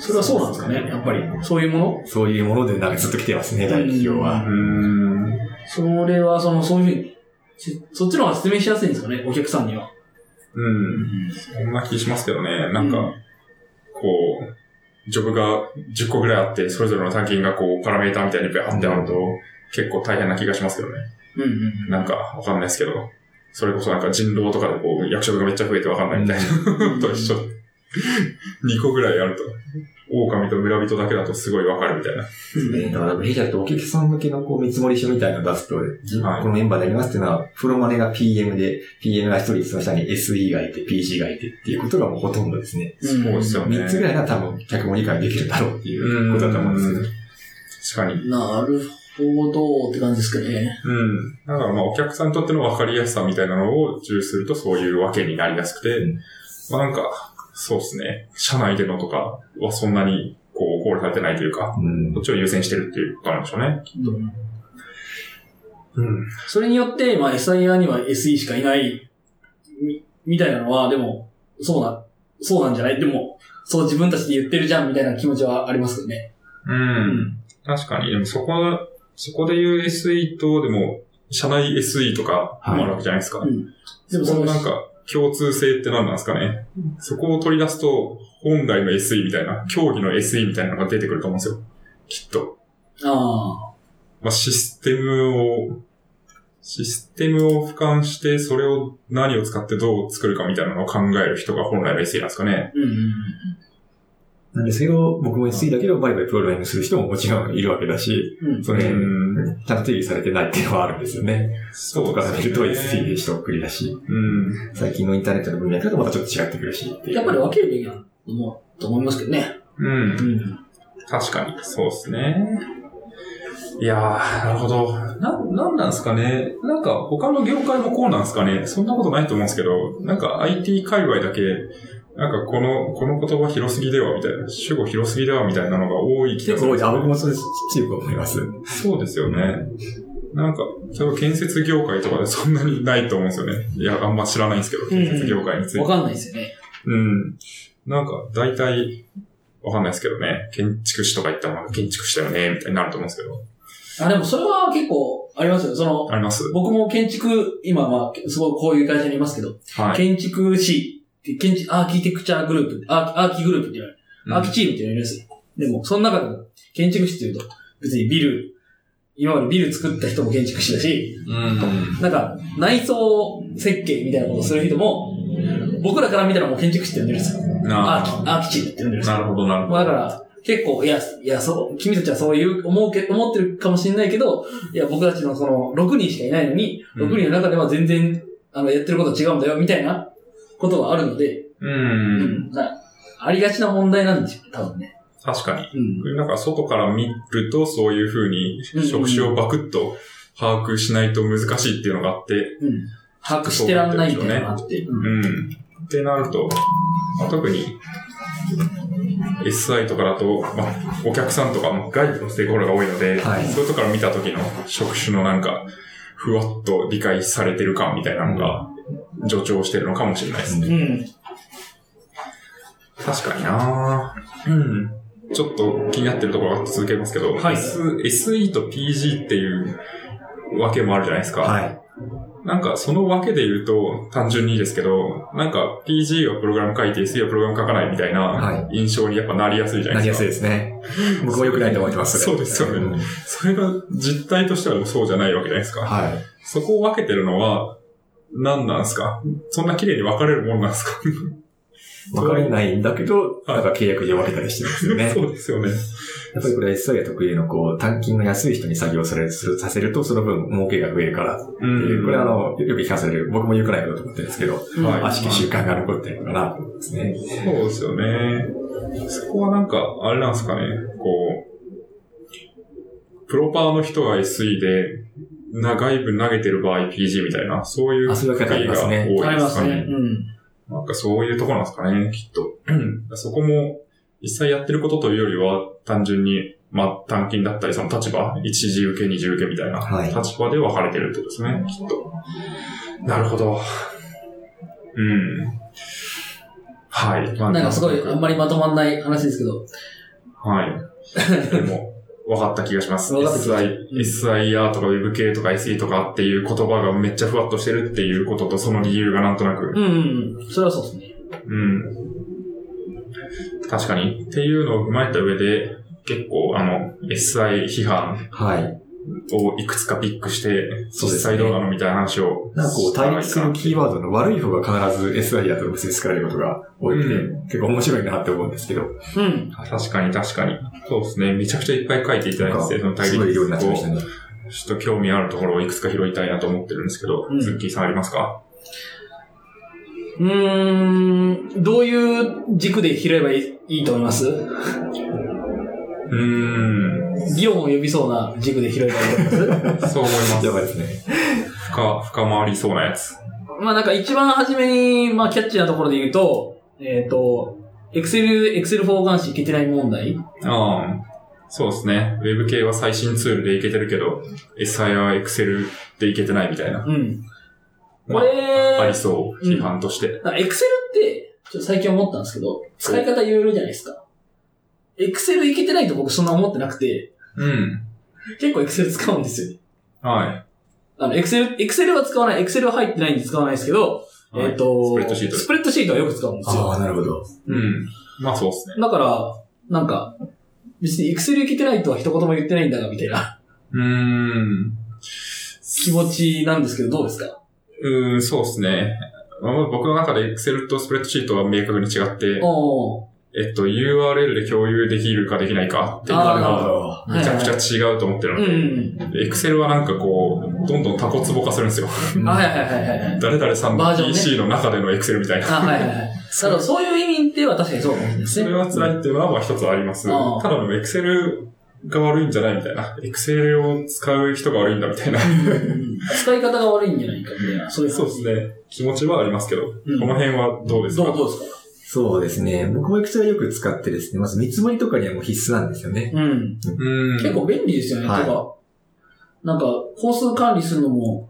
それはそうなんですかね、やっぱり。そういうものそういうものでなんかずっと来てますね、大企業は。うん。それは、その、そういう風にし、そっちの方が説明しやすいんですかね、お客さんには。うん。そんな気しますけどね。なんか、こう、ジョブが10個ぐらいあって、それぞれの単金がこう、パラメーターみたいにバーってあると、結構大変な気がしますけどね。うんうん。なんか、わかんないですけど、それこそなんか人狼とかでこう、役職がめっちゃ増えてわかんないみた いなうこんと一緒。2個ぐらいあると、狼と村人だけだとすごいわかるみたいな。ねだから、弊社だとお客さん向けのこう見積もり書みたいなのを出すと、じはいこのメンバーでやりますっていうのは、プロマネが PM で、PM が一人、その下に SE がいて、PG がいてっていうことがもうほとんどですね。うんそうですよね。 3つぐらいが多分、客も理解できるだろうっていうことだと思うんですけど。確かに。なるほど、って感じですかね。うん。だからまあ、お客さんにとってのわかりやすさみたいなのを重視するとそういうわけになりやすくて、うんまあなんか、そうですね。社内でのとかはそんなに、こう、考慮されてないというか、うんこっちを優先してるっていうことなんでしょうね。うんうん。それによって、まあ、SIR には SE しかいない、み、みたいなのは、でも、そうな、そうなんじゃないでも、そう自分たちで言ってるじゃん、みたいな気持ちはありますけどね。うん。確かに。でもそこは、そこで言う SE と、でも、社内 SE とかもあるわけじゃないですか。はいでもそそのの、なんか、共通性って何なんですかね。そこを取り出すと、本来の SE みたいな、競技の SE みたいなのが出てくると思うんですよ。きっと。あまあ、システムを、システムを俯瞰して、それを何を使ってどう作るかみたいなのを考える人が本来の SE なんですかあ、ね。うんうんなんですけど、僕も SE だけどバリバリプログラミングする人ももちろんいるわけだし、うん。うん。それ、ちん。ゃんと定義されてないっていうのはあるんですよね。そ外から見るとです SE ねで人を送りだし、うん。最近のインターネットの文脈だとまたちょっと違ってくるしっていうやっぱり分けるべきだと思う、と思いますけどね。うん。うん。確かに、そうですね。いやー、なるほど。な、なんなんですかね。なんか、他の業界もこうなんですかね。そんなことないと思うんですけど、なんか IT 界隈だけ、なんかこの、この言葉広すぎでは、みたいな、主語広すぎでは、みたいなのが多い気が結す構多るい。。あ、僕もそれ強く思います。そうですよね。なんか、それは建設業界とかでそんなにないと思うんですよね。いや、あんま知らないんですけど、建設業界について。わかんないですよね。うん。なんか、大体、わかんないですけどね、建築士とか行ったら、なんか建築士だよね、みたいになると思うんですけど。あ、でもそれは結構ありますよ。その、あります僕も建築、今まあ、すごいこういう会社にいますけど、はい。建築士、建築、アーキテクチャグループ、アーキアーキグループって言われる。アーキうチームって言われますよ。でも、その中でも、建築士って言うと、別にビル、今までビル作った人も建築士だし、ん。なんか、内装設計みたいなことをする人も、僕らから見たらもう建築士って呼んでるんですよ。アーなキ、アーキチームって呼んでるんですよなるほど、なるほまあど。だから、結構、いや、いや、そう、君たちはそういう、思うけ、思ってるかもしれないけど、いや、僕たちのその、6人しかいないのに、うん6人の中では全然、あの、やってることは違うんだよ、みたいなことはあるので、うん。なありがちな問題なんですよ、多分ね。確かに。うん。なんか、外から見ると、そういうふうにうん、職種をバクッと把握しないと難しいっていうのがあって、うん。把握してらんないみたいなのがあって。うんうん。ってなると、まあ特に、SI とかだと、まあ、お客さんとか、まあ外部のステークホルダーが多いので、はいそういうとこから見た時の職種のなんか、ふわっと理解されてる感みたいなのが、助長してるのかもしれないですね。うん。確かになうん。ちょっと気になってるところがあって続けますけど、はい S SE と PG っていうわけもあるじゃないですか。はい。なんかそのわけで言うと単純にいいですけど、なんか PG はプログラム書いて SE はプログラム書かないみたいなは印象にやっぱなりやすいじゃなないりでやすすか。いですね。僕も良くないと思います。そうですよねんそれが実態としてはそうじゃないわけじゃないですか。はい。そこを分けてるのは何なんですかそんな綺麗に分かれるもんなんですか分かれないんだけど、なんか契約上分けたりしてますよね。 そうですよね。やっぱりこれ SI が得意のこう、単金の安い人に作業されるさせると、その分儲けが増えるからってういう、んこれあ、の、よく聞かされる、僕も良くないことだと思ってるんですけど、はい悪しき習慣が残ってるのかなと思いますね。そうですよね。そこはなんか、あれなんですかね、こう、プロパーの人が SE で、な外部投げてる場合 PG みたいな、そういうあそういう分け方ありますね国があ多いりでますすかね。ね。うん。なんかそういうところなんですかね、きっ と。そこも、実際やってることというよりは、単純に、まあ、単金だったり、その立場、一次受け、二次受けみたいな、はい立場で分かれてるってことですね、きっと。なるほど。うん。はい。まあなんかすごい、あんまりはまとまんない話ですけど、い。でも、分かった気がします。 分かった気が SI、SIR とか Web 系とか SE とかっていう言葉がめっちゃふわっとしてるっていうことと、その理由がなんとなく、うんうんうん。それはそうですね。うん。確かに。っていうのを踏まえた上で、結構、あの、SI 批判はい。をいくつかピックして、そう実ですね際どうなのみたいな話を。なんかこう、対立する気キーワードの悪い方が必ず SI やと結びつかれることが多いので、う結構面白いなって思うんですけど、うん。確かに確かに。そうですね。めちゃくちゃいっぱい書いていただいてて、その対すごい立量になってましたをね。ちょっと興味あるところをいくつか拾いたいなと思ってるんですけど、うんズッキーさんありますかうーん、どういう軸で拾えばいいいいと思いますうーん。議論を呼びそうな軸で拾えばいいと思いますそう思いますやばいですね。。深、深回りそうなやつ。 まあなんか一番初めに、まあキャッチーなところで言うと、えっ、と、エクセル、エクセル4眼紙いけてない問題ああ、そうですね。ウェブ系は最新ツールでいけてるけど、SI は Excel でいけてないみたいな。うん。こまああれり、そう、うん批判として。エクセルって、ちょっと最近思ったんですけど、使い方いろいろじゃないですか。エクセルいけてないと僕そんな思ってなくて、うん。結構エクセル使うんですよ。はあの、エクセル、エクセルは使わない、エクセルは入ってないんで使わないですけど、い。はいえっ、と、スプレッドシートでスプレッドシートはよく使うんですよ。ああ、なるほど。うん。まあそうですね。だから、なんか、別にエクセルいけてないとは一言も言ってないんだが、みたいなうーん。気持ちなんですけど、どうですかうーん、そうですね。まあ僕の中で Excel とスプレッドシートは明確に違って、おーえっと、URL で共有できるかできないかっていうのあーなるほが、ど。はいめちゃくちゃ違うと思ってうんうるんので、Excel はなんかこう、どんどんタコツボ化するんですよ。うん。あはいはいはいはいはい。誰々さんバーのジョンね PC の中での Excel みたいな。あはいはいはい。ただそういう意味では確かにそうかもしれないですそね。れは辛いっていうのはまあ一つあります。ああただでも Excel が悪いんじゃないみたいな。Excel を使う人が悪いんだみたいな。うん使い方が悪いんじゃないかみたいな。そういう話そうですね。気持ちはありますけど、うんこの辺はどうですかどうどうですかそうですね。僕もエクセルよく使ってですね、まず見積もりとかにはもう必須なんですよね。うん。うん。結構便利ですよね。はいとか、なんか、工数管理するのも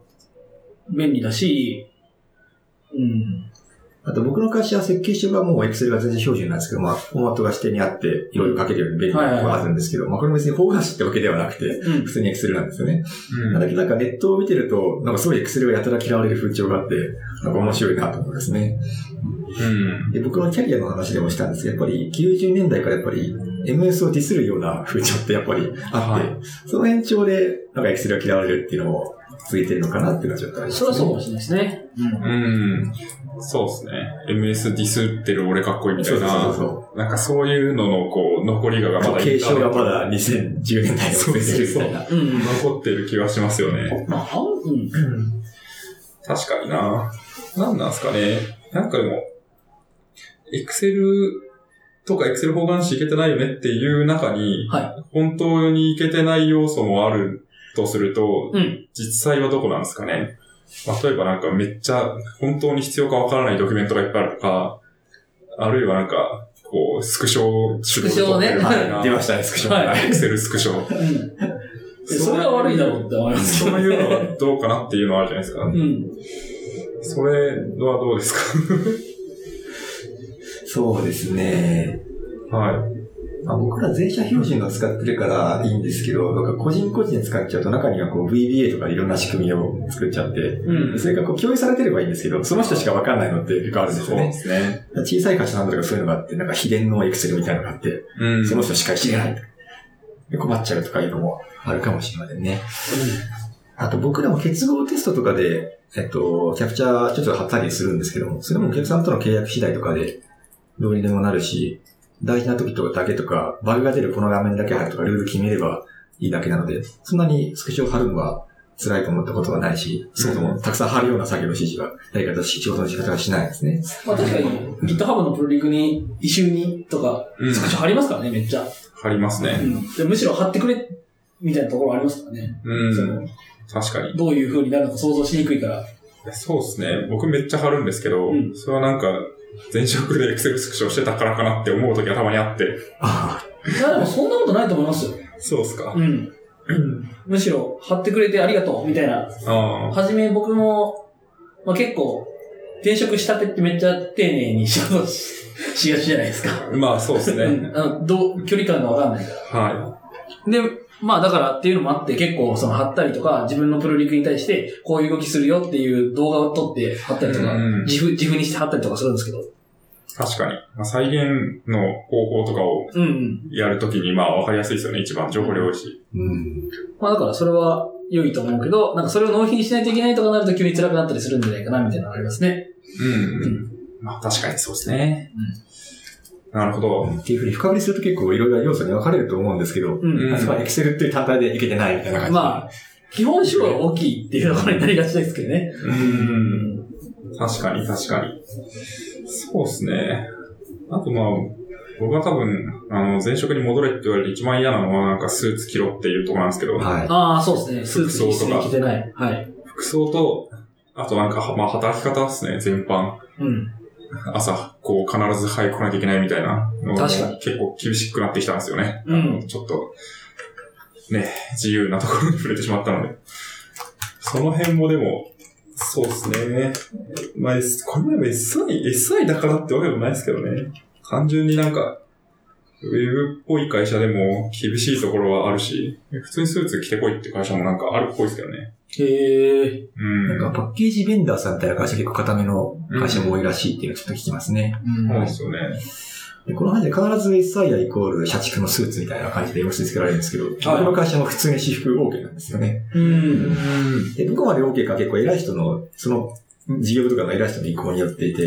便利だし、うん。あと僕の会社は設計書がもう Excel が全然標準なんですけど、まあ、フォーマットが指定にあって、いろいろ書けるように便利なところがあるんですけど、まあ、これも別に方眼紙ってわけではなくて、うん普。通に Excel なんですよね。うんだけどなんかネットを見てると、なんかすごい Excel がやたら嫌われる風潮があって、なんか面白いなと思うんですね。うん。で、僕のキャリアの話でもしたんですけど、やっぱり90年代からやっぱり MS をディスるような風潮ってやっぱりあって、はその延長で、なんか Excel が嫌われるっていうのも続いてるのかなっていうのはちょっとありますそれはそうかもしれないですね。うん。そうですね。MS ディスってる俺かっこいいみたそういそうそうな。そう。なんかそういうののこう、残りががまだ継承がまだ2010年代のそうそうそうな。うん。うん。残ってる気がしますよね。まあ、うん。確かにな。なんなんすかね。なんかでも、Excel とか Excel 方眼紙いけてないよねっていう中に、は本当にいけてない要素もあるとすると、うん。実際はどこなんですかね。例えばなんかめっちゃ本当に必要かわからないドキュメントがいっぱいあるとか、あるいはなんか、こう、スクショを手動で撮ってるみたいな。出ましたね、スクショ。はいエクセルスクショ。うん。それは悪いだろうって思いますそういうのはどうかなっていうのはあるじゃないですかう。ん。それはどうですそうですね。か はい。まあ、僕ら全社標準の使ってるからいいんですけど、なんか個人個人で使っちゃうと中にはこう VBA とかいろんな仕組みを作っちゃって、うん。それがこう共有されてればいいんですけど、その人しかわかんないのって結構あるんですよね。すね。小さい会社なんだとかそういうのがあって、なんか秘伝の Excel みたいなのがあって、うん。その人しか知らない。で困っちゃうとかいうのもあるかもしれませんね。あと僕らも結合テストとかで、えっと、キャプチャーちょっと貼ったりするんですけども、それもお客さんとの契約次第とかでどうにでもなるし、大事な時とかだけとか、バグが出るこの画面だけ貼るとか、ルール決めればいいだけなので、そんなにスクショを貼るのは辛いと思ったことはないし、そもそもたくさん貼るような作業の指示は、やり方、仕事の仕方はしないですね。まあ確かに GitHub のプロリクに、異臭にとか、うんスクショ貼りますからね、めっちゃ。貼りますうね。ん。でむしろ貼ってくれ、みたいなところありますからね。うそん。の確かに。どういう風になるのか想像しにくいから。そうですね。僕めっちゃ貼るんですけど、うんそれはなんか、前職でエクセルスクショしてたからかなって思う時がたまにあって。ああ、いや、でもそんなことないと思いますよ。そうっすか。うん。むしろ、貼ってくれてありがとう、みたいな。ああ。はじめ僕も、まあ結構、転職したてってめっちゃ丁寧に仕事ししがちじゃないですか。まあそうですうね。ん。あの、どう、距離感がわかんないから。はで、まあだからっていうのもあって結構その貼ったりとか自分のプロリクに対してこういう動きするよっていう動画を撮って貼ったりとか、うん自負、自負にして貼ったりとかするんですけど。い。確かに。まあ、再現の方法とかをうんうん。やるときに、まあわかりやすいですよね。一番情報量多いし。うん。まあだからそれは良いと思うけど、なんかそれを納品しないといけないとかなると急に辛くなったりするんじゃないかなみたいなのがありますね。うん。まあ確かにそうですね。なるほど。っていうふうに深掘りすると結構いろいろな要素に分かれると思うんですけど、う。うんあそこは Excel っていう単体でいけてないみたいな感じ。まあ、基本主語が大きいっていうところになりがちですけどね。うん。確かに、確かに。そうですね。あとまあ、僕は多分、あの、前職に戻れって言われて一番嫌なのは、なんかスーツ着ろっていうところなんですけど、はい。ああ、そうですね。服スー装ツとにか着てない。はい。服装と、あとなんか、まあ、働き方ですね、全般。うん。朝、こう、必ず早く来なきゃいけないみたいなのが。確かに結構厳しくなってきたんですよね。うんあのちょっと、ね、自由なところに触れてしまったので。その辺もでも、そうですね。まあ、S- これもでも SI、SI だからってわけでもないですけどね。単純になんか、ウェブっぽい会社でも厳しいところはあるし、普通にスーツ着てこいって会社もなんかあるっぽいですけどね。へえ。うん。なんかパッケージベンダーさんみたいな会社結構固めの会社も多いらしいっていうのをちょっと聞きますね。うんそうですよね。でこの話で必ず SIA イコール社畜のスーツみたいな感じで結びつけられるんですけど、僕の会社も普通に私服 OK なんですよね。うん。で、どこまで OK か結構偉い人の、その事業部とかの偉い人の意向によっていて、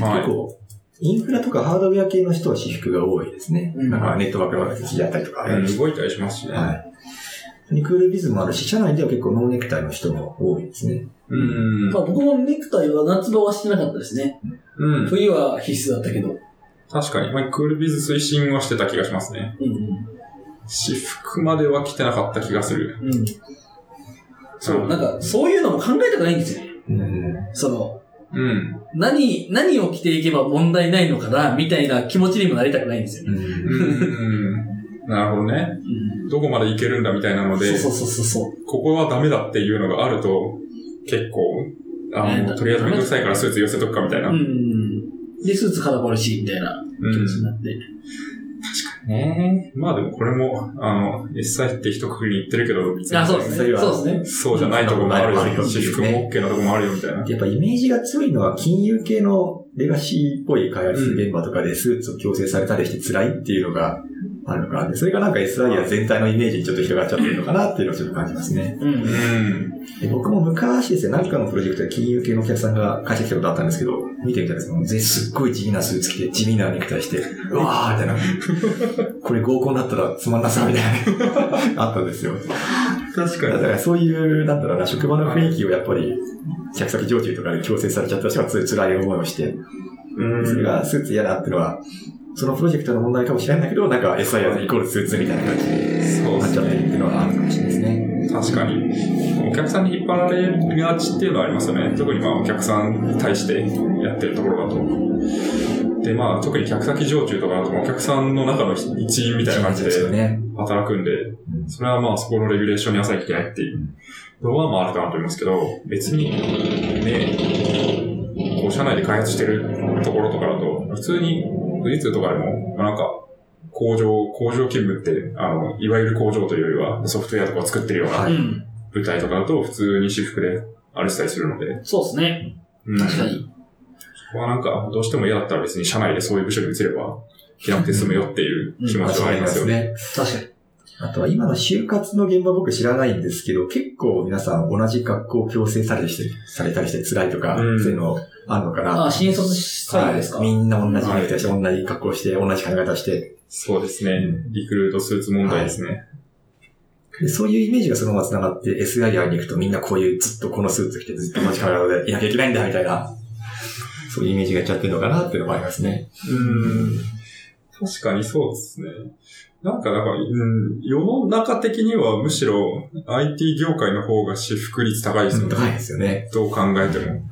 はい結構、インフラとかハードウェア系の人は私服が多いですね。うんなんかネットワークの話だったりとか。うん動いたりしますしね。はい。にクールビズもあるし、社内では結構ノーネクタイの人も多いですね。うん。まあ僕もネクタイは夏場はしてなかったですね。うん。冬は必須だったけど。確かに。まあ、クールビズ推進はしてた気がしますね。うんうん。私服までは着てなかった気がする。うん。そう、なんかそういうのも考えたくないんですよね。うん。その、うん。何、何を着ていけば問題ないのかな、みたいな気持ちにもなりたくないんですようね。んうん。なるほどね。どこまでいけるんだみたいなので、そうそうそうそう。ここはダメだっていうのがあると、結構、あねの、とりあえずめんどくさいからスーツ寄せとくかみたいな。うんうん。で、スーツ肩凝るし、みたいな気持ちになって。ねえ。まあでもこれも、あの、一切って一括りに言ってるけど、別にあ、そうですそれね。はそうですね。そうじゃないとこもあるあるよよ。私服も OK なとこもあるよみたいな。やっぱイメージが強いのは金融系のレガシーっぽい開発現場とかでスーツを強制されたりして辛いっていうのがあるのかなって、それがなんか SIR 全体のイメージにちょっと広がっちゃってるのかなっていうのをちょっと感じますね。うん。うん。で僕も昔ですね、何かのプロジェクトで金融系のお客さんが会社来たことあったんですけど、見てみたらですね、全すっごい地味なスーツ着て、地味なネクタイして、うわーみたいな。これ合コンだったらつまんなさみたいな。あったんですよ。確かだに。からそういう、なんだろうな、職場の雰囲気をやっぱり、客先常駐とかで強制されちゃった人はつ辛い思いをして、うんそれがスーツ嫌だってのは、そのプロジェクトの問題かもしれないんだけど、なんか SIR イコールスーツみたいな感じにそうでなっちすゃってるってね。いうのはあるかもしれないですね。確かに。お客さんに引っ張られがちっていうのはありますよね。特にまあお客さんに対してやってるところだと。でまあ特に客先常駐とかだとお客さんの中の一員みたいな感じですよでね。働くんで、うんそれはまあそこのレギュレーションに浅いといけないっていうのはまああるかなと思いますけど、別にね、こう社内で開発してるところとかだと、普通に富士通とかでも、まあ、なんか工場、工場勤務って、あの、いわゆる工場というよりはソフトウェアとかを作ってるようなはいうん。舞台とかだと普通に私服で歩いてたりするので、そうですね。うん。確かに。ここはなんかどうしても嫌だったら別に社内でそういう部署に移れば着なくて済むよっていう気持ちはありますよね。ね。確かに。あとは今の就活の現場僕知らないんですけど、結構皆さん同じ格好を強制されたりして、されたりして辛いとか、うんそういうのあるのかな。あ、新卒採用ですかはいみんな同じネクタイして、同じ格好して、同じ考え方してそうですね。リクルートスーツ問題ですね。でそういうイメージがそのまま繋がって、SIR に行くとみんなこういうずっとこのスーツ着てずっと同じ考え方でいなきゃいけないんだ、みたいな。そういうイメージがいっちゃってるのかなっていうのもありますね。うん。確かにそうですね。なんか、なんか、うん、世の中的にはむしろ IT 業界の方が私服率高いですよね。高いですよね。どう考えても。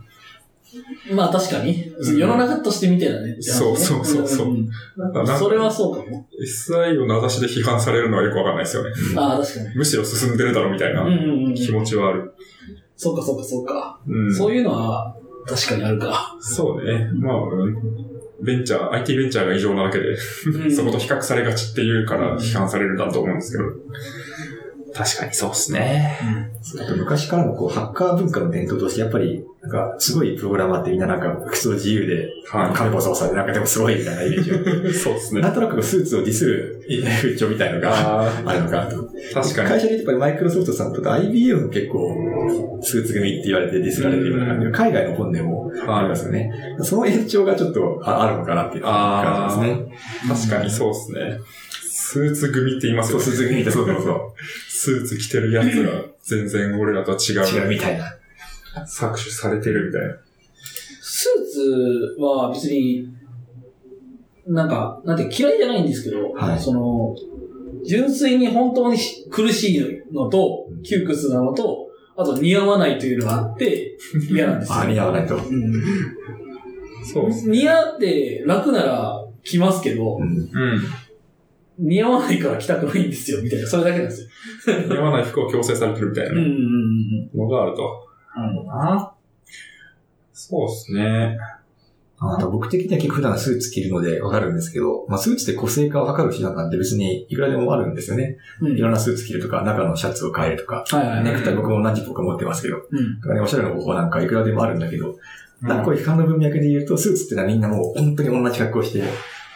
まあ確かに。うん世の中として見てだね。そうそうそうそうんんなんうかんなんそれはかそうかも。 SI を名指しで批判されるのはよくわかんないですよね。ああ、確かに。むしろ進んでるだろうみたいうんなうんうん。気持ちはある。そうかそうかそうか。うん。そういうのは確かにあるか。そうね。まあ、うんベンチャー、IT ベンチャーが異常なだけで、そこと比較されがちっていうから批判されるんだと思うんですけど。確かにそうですね。あと昔からのこうハッカー文化の伝統として、やっぱり、なんか、すごいプログラマーってみんななんか、服装自由で、はカルボソーサでなんかでもすごいみたいなイメージを。い。そうですね な。んとなくこうスーツをディスる風潮みたいのがああるのかなと。ー確かに。会社でやっぱりマイクロソフトさんとか IBM も結構、スーツ組って言われてディスられてるような感じが海外の本でもありますよね。その延長がちょっとああるのかなっていう感じですね。確かにそうですね。スーツ組って言いますそよう、スーね。ツ組みたいな、そうそうそ スーツ着てるやつが全然俺らとは違う。違うう。みたいな。搾取されてるみたいな。スーツは別に、なんか、なんて嫌いじゃないんですけど、はいその、純粋に本当にし苦しいのと、窮屈なのと、あと似合わないというのがあって、嫌なんですよ。 あ、似合わないと。うんそうっす。似合って楽なら着ますけどう、ん。う似合わないから着たくないんですよ、みたいな。それだけなんですよ。ん。似合わない服を強制されてるみたいうんうんなうんうん。のがあると。あそうですね。あと僕的には結構普段スーツ着るのでわかるんですけど、まあスーツって個性化を図る手段なんて別にいくらでもあるんですよね。うんいろんなスーツ着るとか、中のシャツを変えるとか、はいはいはネい。クタイ僕も何時僕持ってますけど、うん。だからね、おしゃれの方法なんかいくらでもあるんだけど、なんかこいう批判の文脈で言うと、スーツってのはみんなもう本当に同じ格好をして、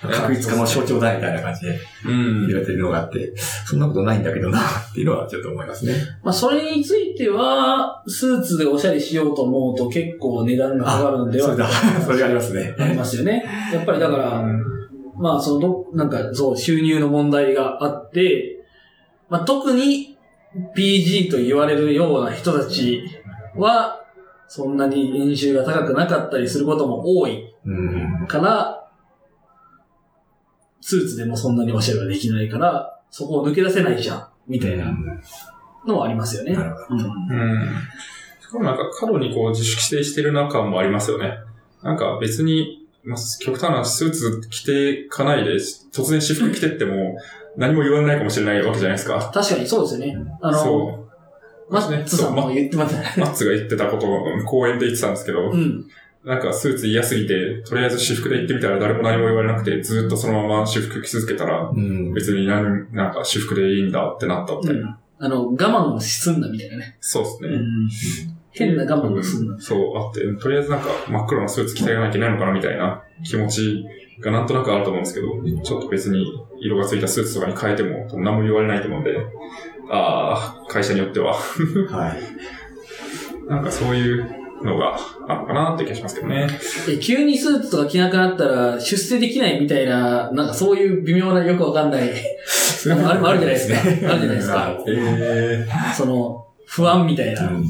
確率化の象徴だみたいな感じでう言わん。れてるのがあって、そんなことないんだけどな、っていうのはちょっと思いますね。まあ、それについては、スーツでおしゃれしようと思うと結構値段が上がるんでそはうだ、それがありますね。ありますよね。やっぱりだから、まあ、そのど、なんか、そう、収入の問題があって、まあ、特に PG と言われるような人たちは、そんなに年収が高くなかったりすることも多いうん。から、スーツでもそんなにおしゃれはできないから、そこを抜け出せないじゃん、みたいなのはありますよね。なるほど。うんうん。しかもなんか過度にこう自主規制してる中もありますよね。なんか別にまあ、極端なスーツ着てかないで、突然私服着てっても、何も言われないかもしれないわけじゃないですか。確かにそうですよね。あの、そマッツさんも言ってましたね。う。マッツが言ってたことを公演で言ってたんですけど、うん。なんかスーツ嫌すぎて、とりあえず私服で行ってみたら誰も何も言われなくて、ずーっとそのまま私服着続けたら、うん。別に何、なんか私服でいいんだってなったみたいな。あの、我慢をすんなみたいなね。そうですね。うん変な我慢をすんな。そう、あって、とりあえずなんか真っ黒のスーツ着ていかなきゃいけないのかなみたいな気持ちがなんとなくあると思うんですけど、ちょっと別に色がついたスーツとかに変えても多分何も言われないと思うんで、ああ、会社によっては。はい。なんかそういうのがあるのかなって気がしますけどね。え急にスーツとか着なくなったら出世できないみたいな、なんかそういう微妙なよくわかんない、なんかあるあるじゃないですか。あるじゃないですか。ええその、不安みたいな。ううんん。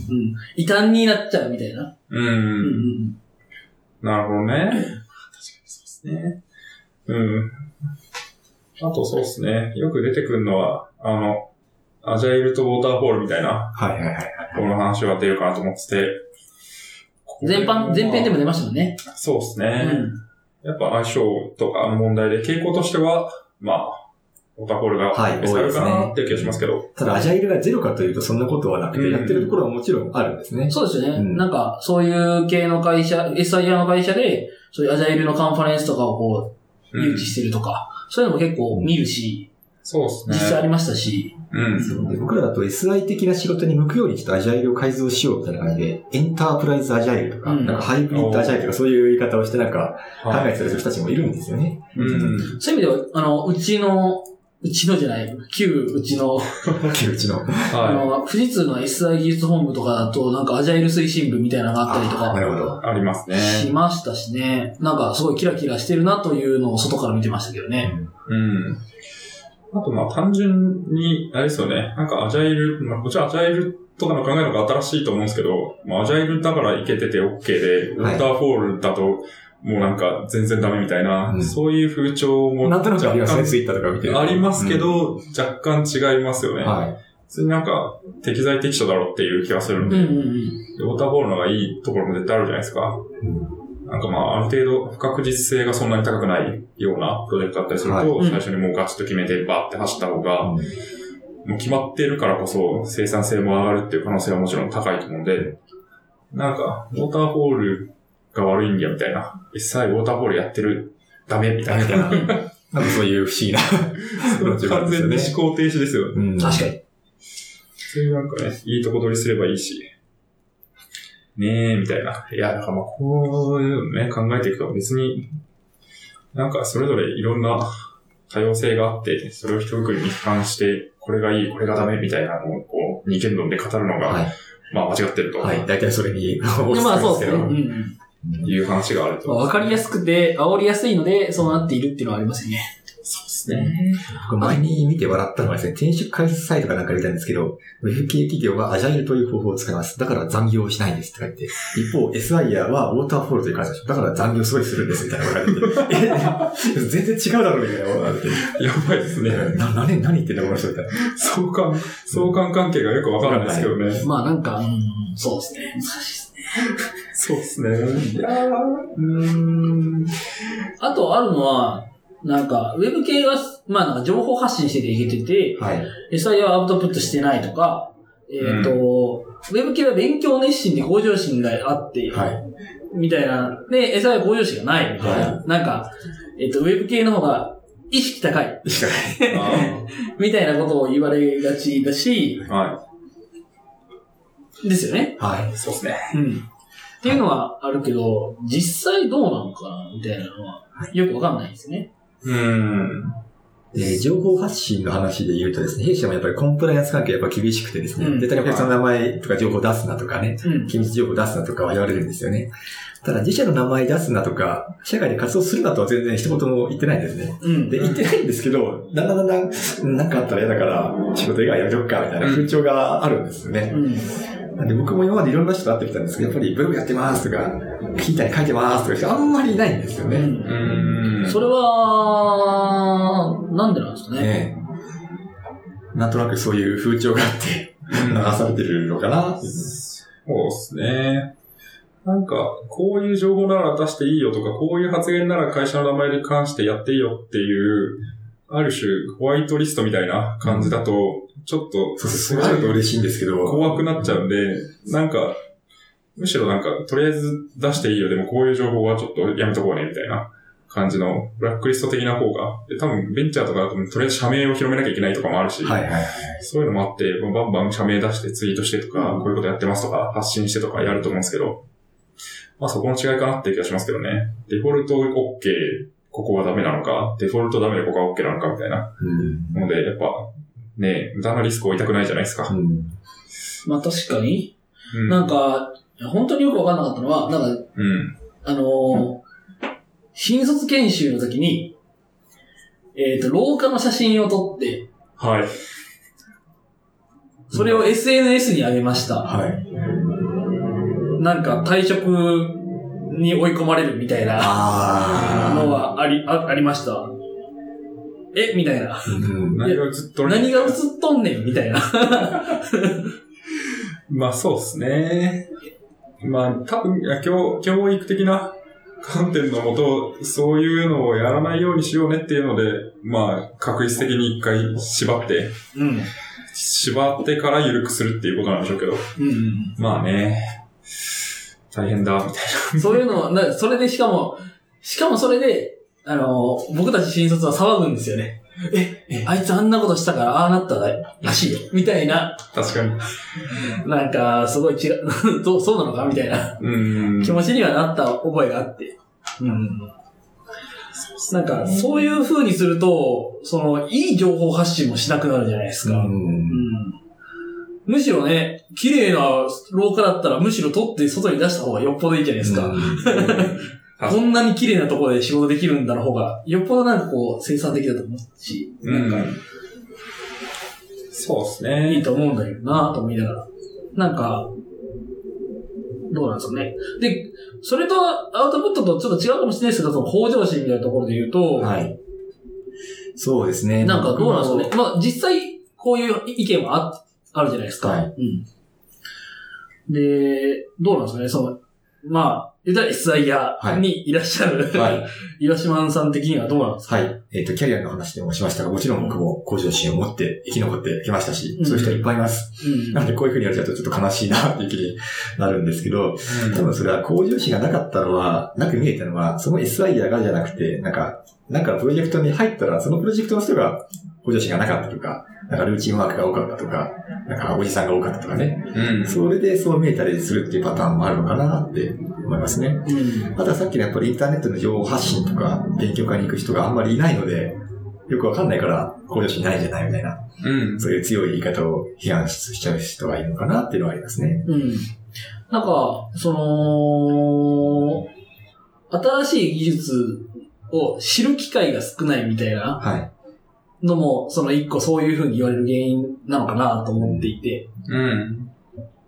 異端になっちゃうみたいな。う。うんん。なるほどね。確かにそうですね。うん。あとそうですね。よく出てくるのは、あの、アジャイルとウォーターフォールみたいな、はいはいはい。この話は出るかなと思ってて。全般、全編でもね。出ましたもんね。そうですうね。ん。やっぱ相性とかの問題で、傾向としては、まあ、ウォーターフォールがはいベストあるか多いですなねっていう気がしますけど。ただ、アジャイルがゼロかというと、そんなことはなくて、うんやってるところはもちろんあるんですね。そうですよね。うんなんか、そういう系の会社、SIR の会社で、そういうアジャイルのカンファレンスとかをこう、うん誘致してるとか、そういうのも結構見るし、そう実です際あね。りましたし、うん。そうで僕らだと SI 的な仕事に向くようにちょっとアジャイルを改造しようみたいな感じで、エンタープライズアジャイルとか、うんなんかハイブリッドアジャイルとかそういう言い方をしてなんか考はえい。てたりする人たちもいるんですよね。うん。そういう意味では、あの、うちの、うちのじゃない、旧うちの、 木内の。あはの、富士通の SI 技術本部とかだと、なんかアジャイル推進部みたいなのがあったりとなかるほど。い。ありますね。しましたしね、なんかすごいキラキラしてるなというのを外から見てましたけどね。うん。あと、まあ、単純に、あれですよね。なんか、アジャイル、まあ、こっちらアジャイルとかの考えの方が新しいと思うんですけど、まあ、アジャイルだからいけてて OK で、ウォはいーターフォールだと、もうなんか、全然ダメみたいな、うんそういう風潮も、なんとなくありますね、若干ツイッターとか見てるとありますけ、ど、若干違いますようね。んはい。普通になんか、適材適所だろうっていう気がするんうで、んうんうん。ウォーターフォールの方がいいところも絶対あるじゃないですか。なんかまあ、ある程度不確実性がそんなに高くないようなプロジェクトだったりすると、はい最初にもうガチッと決めてバーって走った方が、うんもう決まっているからこそ生産性も上がるっていう可能性はもちろん高いと思うんで、なんか、ウォーターフォールが悪いんやみたいな、一切ウォーターフォールやってる、ダメみたいな。なんかそういう不思議な 完全に思考停止ですよ。うん確かに。普通になんかね、いいとこ取りすればいいし、ねえ、みたいな。いや、だからまあ、こういうのね、考えていくと別に、なんかそれぞれいろんな多様性があって、それを一括りに俯瞰して、これがいい、これがダメ、みたいなのを、こう、二元論で語るのが、はい。まあ間違ってると、、はいい。大体それに、落で、ちまあ着くんそうでですすね。けどうんうんう話があると。まあわかりやすくて、煽りやすいので、そうなっているっていうのはありますよね。そうですね。僕前に見て笑ったのはですね、転職開発サイトかなんかで見たんですけど、ウェブ系企業はアジャイルという方法を使います。だから残業をしないんですって書いて。一方、SIR はウォーターフォールという会社でしょだから残業すごいするんですみたいなこと書いてて。え全然違うだろうみたいなことがあって。やばいですね。な、な、何言ってんだこの人みたいな。相関、相関関係がよくわからないですけどね。まあなんか、うん、そうですね。難しいですねそうですね。いやーうーん。あとあるのは、なんか、ウェブ系が、まあなんか情報発信してていけてて、はい。 SI はアウトプットしてないとか、えっ、と、ウェブ系は勉強熱心で向上心があって、はい。みたいな。で、SI は向上心がないみたいな。なんか、えっ、と、ウェブ系の方が意識高い、 あ みたいなことを言われがちだし、ーはですよね。はい。い。そうですね。うん。っていうのはあるけど、実際どうなのかな、みたいなのは、よくわかんないですね。うーん。で、情報発信の話で言うとですね、弊社もやっぱりコンプライアンス関係やっぱ厳しくてですね、うん絶対にお客さんの名前とか情報出すなとかね、うん。機密情報出すなとかは言われるんですよね。ただ自社の名前出すなとか、社外で活動するなとは全然一言も言ってないんですね。うん。で、言ってないんですけど、だんだんだんだんうん、なんかあったら嫌だから、仕事以外やめとくか、みたいな風潮があるんですよね。うん。なんで僕も今までいろんな人と会ってきたんですけど、やっぱりブログやってますとか、ヒーターに書いてますとか人あんまりいないんですようね。んうーん。それは、なんでなんですかね。ねえなんとなくそういう風潮があって、う流んされてるのかな。そうですね。なんか、こういう情報なら出していいよとか、こういう発言なら会社の名前に関してやっていいよっていう、ある種、ホワイトリストみたいな感じだと、ちょっと、そうそう、そうなると嬉しいんですけど。怖くなっちゃうんで、なんか、むしろなんか、とりあえず出していいよ、でもこういう情報はちょっとやめとこうね、みたいな感じの、ブラックリスト的な方が、で多分ベンチャーとかだと、とりあえず社名を広めなきゃいけないとかもあるし、はいはいはい。そういうのもあって、まあバンバン社名出してツイートしてとか、こういうことやってますとか、発信してとかやると思うんですけど、まあそこの違いかなっていう気がしますけどね。デフォルト OK、ここはダメなのか、デフォルトダメでここは OK なのかみたいな。うん。ので、やっぱ、ね無駄なリスクを負いたくないじゃないですか。うん。まあ確かに、うん、なん、か、本当によくわかんなかったのは、なんか、うん。あのー新卒研修の時に、えっ、と、廊下の写真を撮って、はい。それを SNS に上げました。はい。なんか退職に追い込まれるみたいなのあはあり、あありました。えみたいな。あ。うん。何がずっとね何が映っとんねんみたいな。まあそうですね。まあ多分いや教、教育的な 観点のもと、そういうのをやらないようにしようねっていうので、まあ、確実的に一回縛って、うん。縛ってから緩くするっていうことなんでしょうけど、うんまあね、大変だ、みたいな。うん。そういうのをな、それでしかも、しかもそれで、あの、僕たち新卒は騒ぐんですよね。え、えあいつあんなことしたからああなったらしいよ。みたいな、確かに。なんか、すごい違う、 どう、そうなのかみたいなうん。気持ちにはなった覚えがあって。うん。なんか、そういう風にすると、その、いい情報発信もしなくなるじゃないですうか。ん。むしろね、綺麗な廊下だったらむしろ取って外に出した方がよっぽどいいじゃないですか。うんこんなに綺麗なところで仕事できるんだの方が、よっぽどなんかこう生産的だと思うし、うんなんかそうですいいね。と思うんだけどなぁと思いながら。なんか、どうなんですかね。で、それとアウトプットとちょっと違うかもしれないですけど、その向上心みたいなところで言うと、はい。そうですね。なんかどうなんですかね。まあ実際、こういう意見はああるじゃないですか。はうん。で、どうなんですかね、その、まあ、言ったら SI 屋にいらっしゃる、僕も。はい。 岩島さん的にはどうなんですかはい。えっ、と、キャリアの話でもしましたが、もちろん僕も向上心を持って生き残ってきましたし、うんそういう人いっぱいいます。うんなので、こういう風にやっちゃうとちょっと悲しいな、っていう気になるんですけど、多分それは向上心がなかったのは、なく見えたのは、その SI がじゃなくて、なんか、なんかプロジェクトに入ったら、そのプロジェクトの人が向上心がなかったとか、なんかルーチンワークが多かったとか、なんかおじさんが多かったとかね、うん。それでそう見えたりするっていうパターンもあるのかなって思いますね。うん。あとはさっきのやっぱりインターネットの情報発信とか、勉強会に行く人があんまりいないので、よくわかんないから、向上心ないじゃないみたいな、うん。そういう強い言い方を批判しちゃう人がいるのかなっていうのはありますね。うん。なんか、その、新しい技術を知る機会が少ないみたいなはい。のも、その一個そういう風に言われる原因なのかなと思っていて、うん。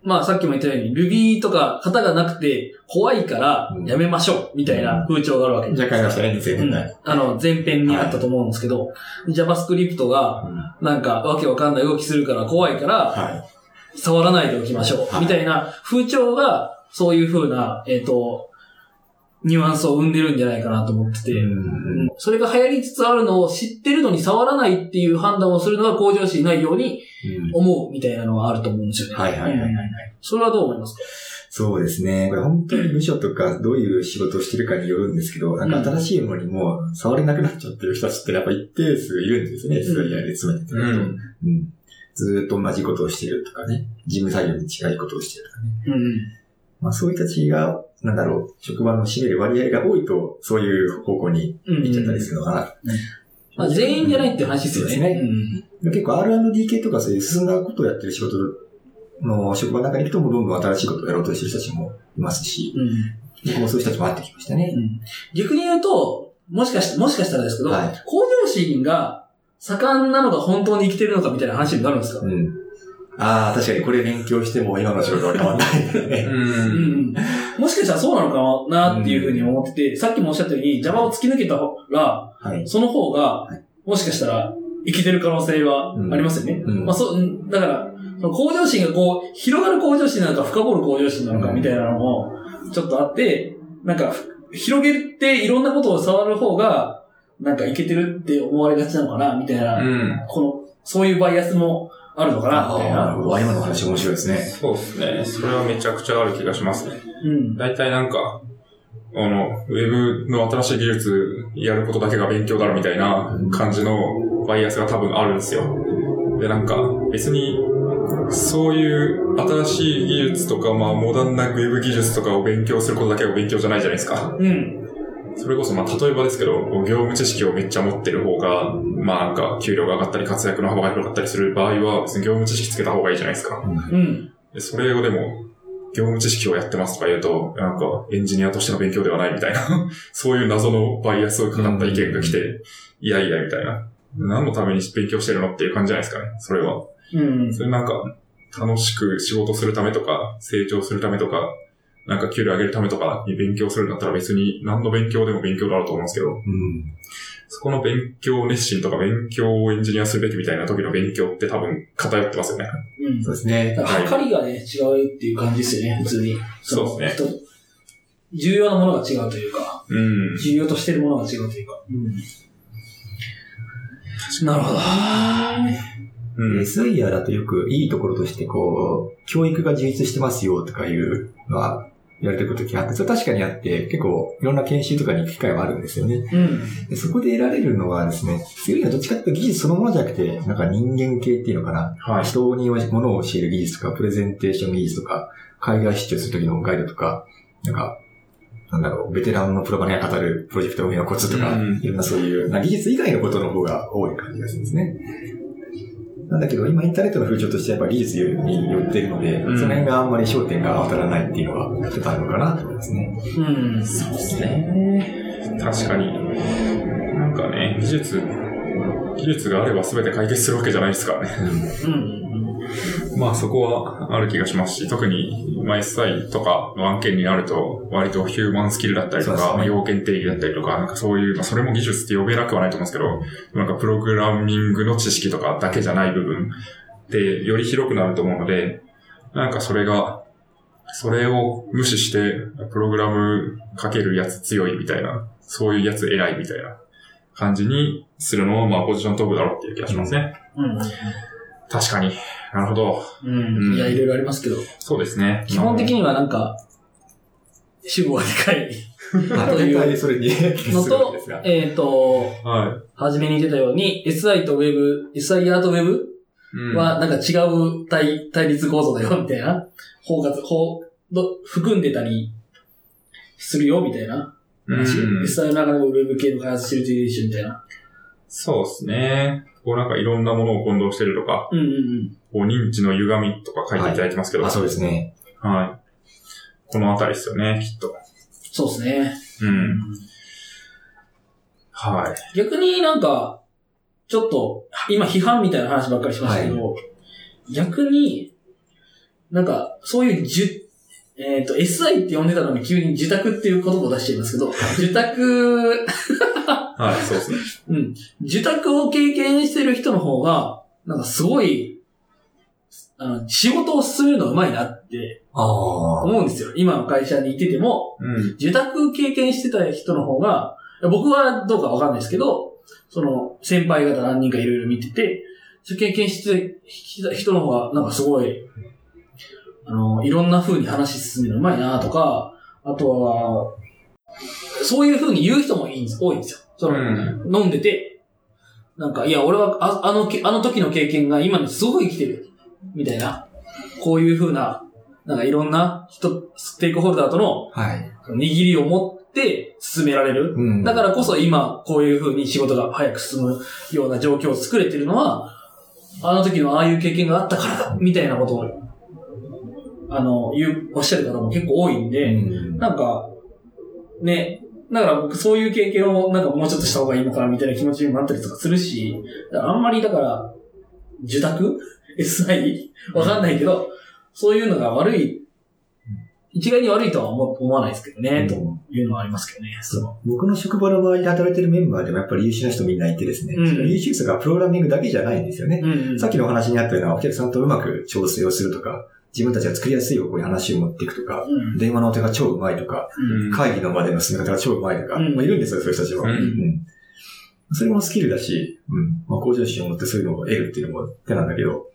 まあさっきも言ったように、Ruby とか型がなくて怖いからうんやめましょうみたいな風潮があるわけです。じゃあ変えましたね、2000年代。あの、前編にあったと思うんですけど、JavaScript がはなんかわけわかんない動きするから怖いからい。触らないでおきましょはうみいたいな風潮がそういう風な、えっ、と、ニュアンスを生んでるんじゃないかなと思ってて、うんうんそれが流行りつつあるのを知ってるのに触らないっていう判断をするのが向上心ないように思うみたいなのはあると思うんですよね。はいはいはいはいはい。それはどう思いますかそうですね。これ本当に部署とかどういう仕事をしてるかによるんですけど、なんか新しいものにもう触れなくなっちゃってる人たちってやっぱ一定数いるんですね、SIR で勤めてて。うん。うん。ずーっと同じことをしてるとかね、事務作業に近いことをしてるとかね。うんまあそういう人たちが、なんだろう、職場の占める割合が多いと、そういう方向にうん行っちゃったりするのかな。まあ、全員じゃないっていう話ですよね。そうですねうん結構 R&D 系とかそういう進んだことをやってる仕事の職場の中に行くともどんどん新しいことをやろうとしてる人たちもいますし、うん僕もそういう人たちも会ってきましたね。逆に言うと、もしかし、もしかしたらですけど、はい。向上心が盛んなのが本当に生きてるのかみたいな話になるんですか、うん。ああ、確かにこれ勉強しても今の仕事は変わんなう。い。うんんもしかしたらそうなのかなっていうふうに思ってて、さっきもおっしゃったように、邪魔を突き抜けたら、はい。その方がは、もしかしたら生きてる可能性はありますよね。うんまあ、そううん、だから、その向上心がこう、広がる向上心なのか、深掘る向上心なのかみたいなのを、ちょっとあって、なんか、広げていろんなことを触る方が、なんかいけてるって思われがちなのかな、みたいな、うん。この、そういうバイアスもあるのかな、みたいなるな。ほど。あ今の話面白いですね。そうですね。それはめちゃくちゃある気がしますね。うん。大体なんか、あの、ウェブの新しい技術やることだけが勉強だろみたいな感じのバイアスが多分あるんですよ。で、なんか別に、そういう新しい技術とか、まあモダンなウェブ技術とかを勉強することだけが勉強じゃないじゃないですか。うん。そそれこそ、まあ例えばですけど、こう業務知識をめっちゃ持ってる方が、まあなんか給料が上がったり活躍の幅が広かったりする場合は、別に業務知識つけた方がいいじゃないですか。うん。でそれをでも、業務知識をやってますとか言うと、なんか、エンジニアとしての勉強ではないみたいな、 そういう謎のバイアスをかかった意見が来て、いやいやみたいな。何のために勉強してるのっていう感じじゃないですかね、それは。うん。それなんか、楽しく仕事するためとか、成長するためとか、なんか給料上げるためとかに勉強するんだったら別に何の勉強でも勉強だろうと思うんですけど、うん。そこの勉強熱心とか勉強をエンジニアすべきみたいな時の勉強って多分偏ってますよね。うん。そうですね。測りがね、違うっていう感じですよね、普通に。そうですね。重要なものが違うというか、うん。重要としてるものが違うというか。うん。なるほど。うん。 SIR だとよくいいところとして、こう、教育が充実してますよとかいうのは、言われてくるときがあって、それは確かにあって、結構いろんな研修とかに行く機会はあるんですよね。うん。でそこで得られるのはですね、強いのはどっちかっていうと技術そのものじゃなくて、なんか人間系っていうのかな。はい。人にものを教える技術とか、プレゼンテーション技術とか、海外出張するときのガイドとか、なんか、なんだろう、ベテランのプロマネが語るプロジェクト運営のコツとか、うんいろんなそういう、な技術以外のことの方が多い感じがするんですね。なんだけど、今インターネットの風潮としてやっぱ技術に寄ってるので、うんその辺があんまり焦点が当たらないっていうのは、ちょっとあるのかなと思いますね。うん。そうですね。確かに。なんかね、技術、技術があれば全て解決するわけじゃないですからね。うん。まあそこはある気がしますし、特に、まあ SI とかの案件になると、割とヒューマンスキルだったりとそうですか、ねまあ要件定義だったりとか、なんかそういう、まあそれも技術って呼べなくはないと思うんですけど、なんかプログラミングの知識とかだけじゃない部分で、より広くなると思うので、なんかそれが、それを無視して、プログラムかけるやつ強いみたいな、そういうやつ偉いみたいな感じにするのは、まあポジショントップだろうっていう気がしますね。確かに。なるほど。うん。いや、いろいろありますけど、そうですね。基本的にはなんか、主語がでか い。まあという絶対それにするのんとですが、。えっと、ははじめに出たように、SI と Web、SIR と Web い。うん、はなんか違う対対立構造だよ、みたいな。包括、包、ど含んでたりするよ、みたいな。うん SI の中でも Web 系の開発してる人いるし、みたいな。そうですね。こうなんかいろんなものを混同してるとか、うんうんうん。こう認知の歪みとか書いていただいてますけど、あ、はい。そうですね。このあたりですよね、きっと。そうですね。うん。はい。逆になんか、ちょっと、今批判みたいな話ばっかりしましたけど、逆に、なんか、そういうじゅ、えっ、と、SI って呼んでたのに急に受託っていう言葉を出しちゃいますけど、受託はい、そうですね。うん。受託を経験してる人の方が、なんかすごい、あの、仕事をするの上手いなってああ。思うんですよ。今の会社にいてても、うん。受託経験してた人の方が、僕はどうかわかんないですけど、その、先輩方何人かいろいろ見てて、そう経験してた人の方が、なんかすごい、あの、いろんな風に話進めるの上手いなとか、あとは、そういう風に言う人もいいんです多いんですよ。その、うん。飲んでて、なんか、いや、俺はあ、あのけ、あの時の経験が今にすごい生きてる。みたいな。こういう風な、なんかいろんな人、ステークホルダーとのはい。握りを持って進められる。うんだからこそ今、こういう風に仕事が早く進むような状況を作れてるのは、あの時のああいう経験があったからだみたいなことを、あの、言う、おっしゃる方も結構多いんで、うんなんか、ね、だから僕そういう経験をなんかもうちょっとした方がいいのかなみたいな気持ちにもなったりとかするし、だからあんまりだから、受託 ?SI? わかんないけど、そういうのが悪い、一概に悪いとは思思わないですけどね、というのはありますけどね。その僕の職場の場合で働いてるメンバーでもやっぱり優秀な人みんないてですね、うんその優秀さがプログラミングだけじゃないんですよね。うんうんさっきのお話にあったようなお客さんとうまく調整をするとか、自分たちが作りやすい方向に話を持っていくとか、うん電話のお手が超うまいとか、うん会議の場での進め方が超うまいとか、うんまあ、いるんですよ、そういう人たちは。うんうんそれもスキルだし、うんまあ、向上心を持ってそういうのを得るっていうのも手なんだけど、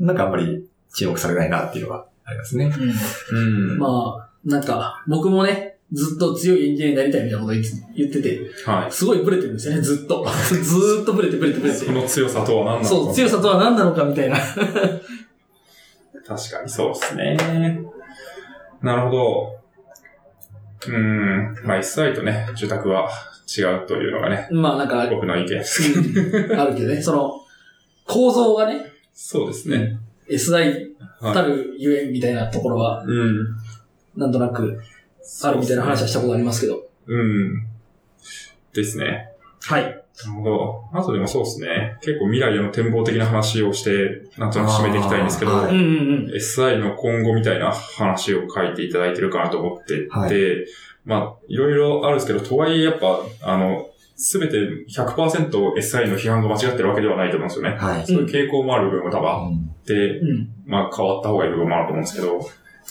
なんかあんまり注目されないなっていうのはありますね。うん。まあ、なんか、僕もね、ずっと強いエンジニアになりたいみたいなこと言って言ってて、はい。すごいブレてるんですよね、ずっと。 ずーっとブレてブレてブレてそ。の強さとは何なのか。そう、強さとは何なのかみたいな。確かにそうですね。なるほど。うーん。まあ、一切とね、住宅は違うというのがね、まあなんか、僕の意見です。あるけどね、その、構造がね、そうですね。 SI たるゆえんみたいなところは、うん。なんとなくあるみたいな話はしたことありますけど。うん。ですね。はい。なるほど。あとでもそうですね。結構未来への展望的な話をして、なんとなく締めていきたいんですけど、あーはうんうんうん。 SI の今後みたいな話を書いていただいてるかなと思ってて、はいまあ、いろいろあるんですけど、とはいえやっぱ、あの、すべて 100%SI の批判が間違ってるわけではないと思うんですよね。はい。そういう傾向もある部分も多分あうんって、うん。まあ変わった方がいい部分もあると思うんですけど、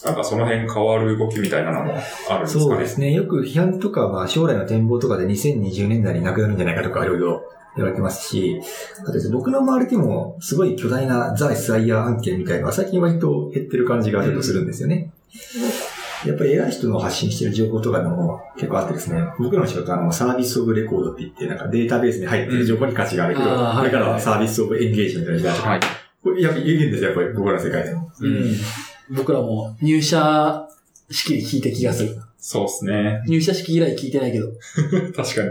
なんかその辺変わる動きみたいなのもあるんですかね。そうですね。よく批判とか、まあ将来の展望とかで2020年代になくなるんじゃないかとかいろいろ言われてますし、あと僕の周りでもすごい巨大なザ・スライヤー案件みたいなのが最近割と減ってる感じがちょっとするんですよね。やっぱり偉い人の発信してる情報とかでも結構あってですね、僕らの仕事はあのサービスオブレコードって言ってなんかデータベースに入ってる情報に価値があるけど、うんあーこはいれからはサービスオブエンゲージみたいな時代とか、はい。これやっぱ言うんですよ、やっぱり僕らの世界でも。ううんん。僕らも入社式で聞いた気がする。そうですね。入社式以来聞いてないけど。確か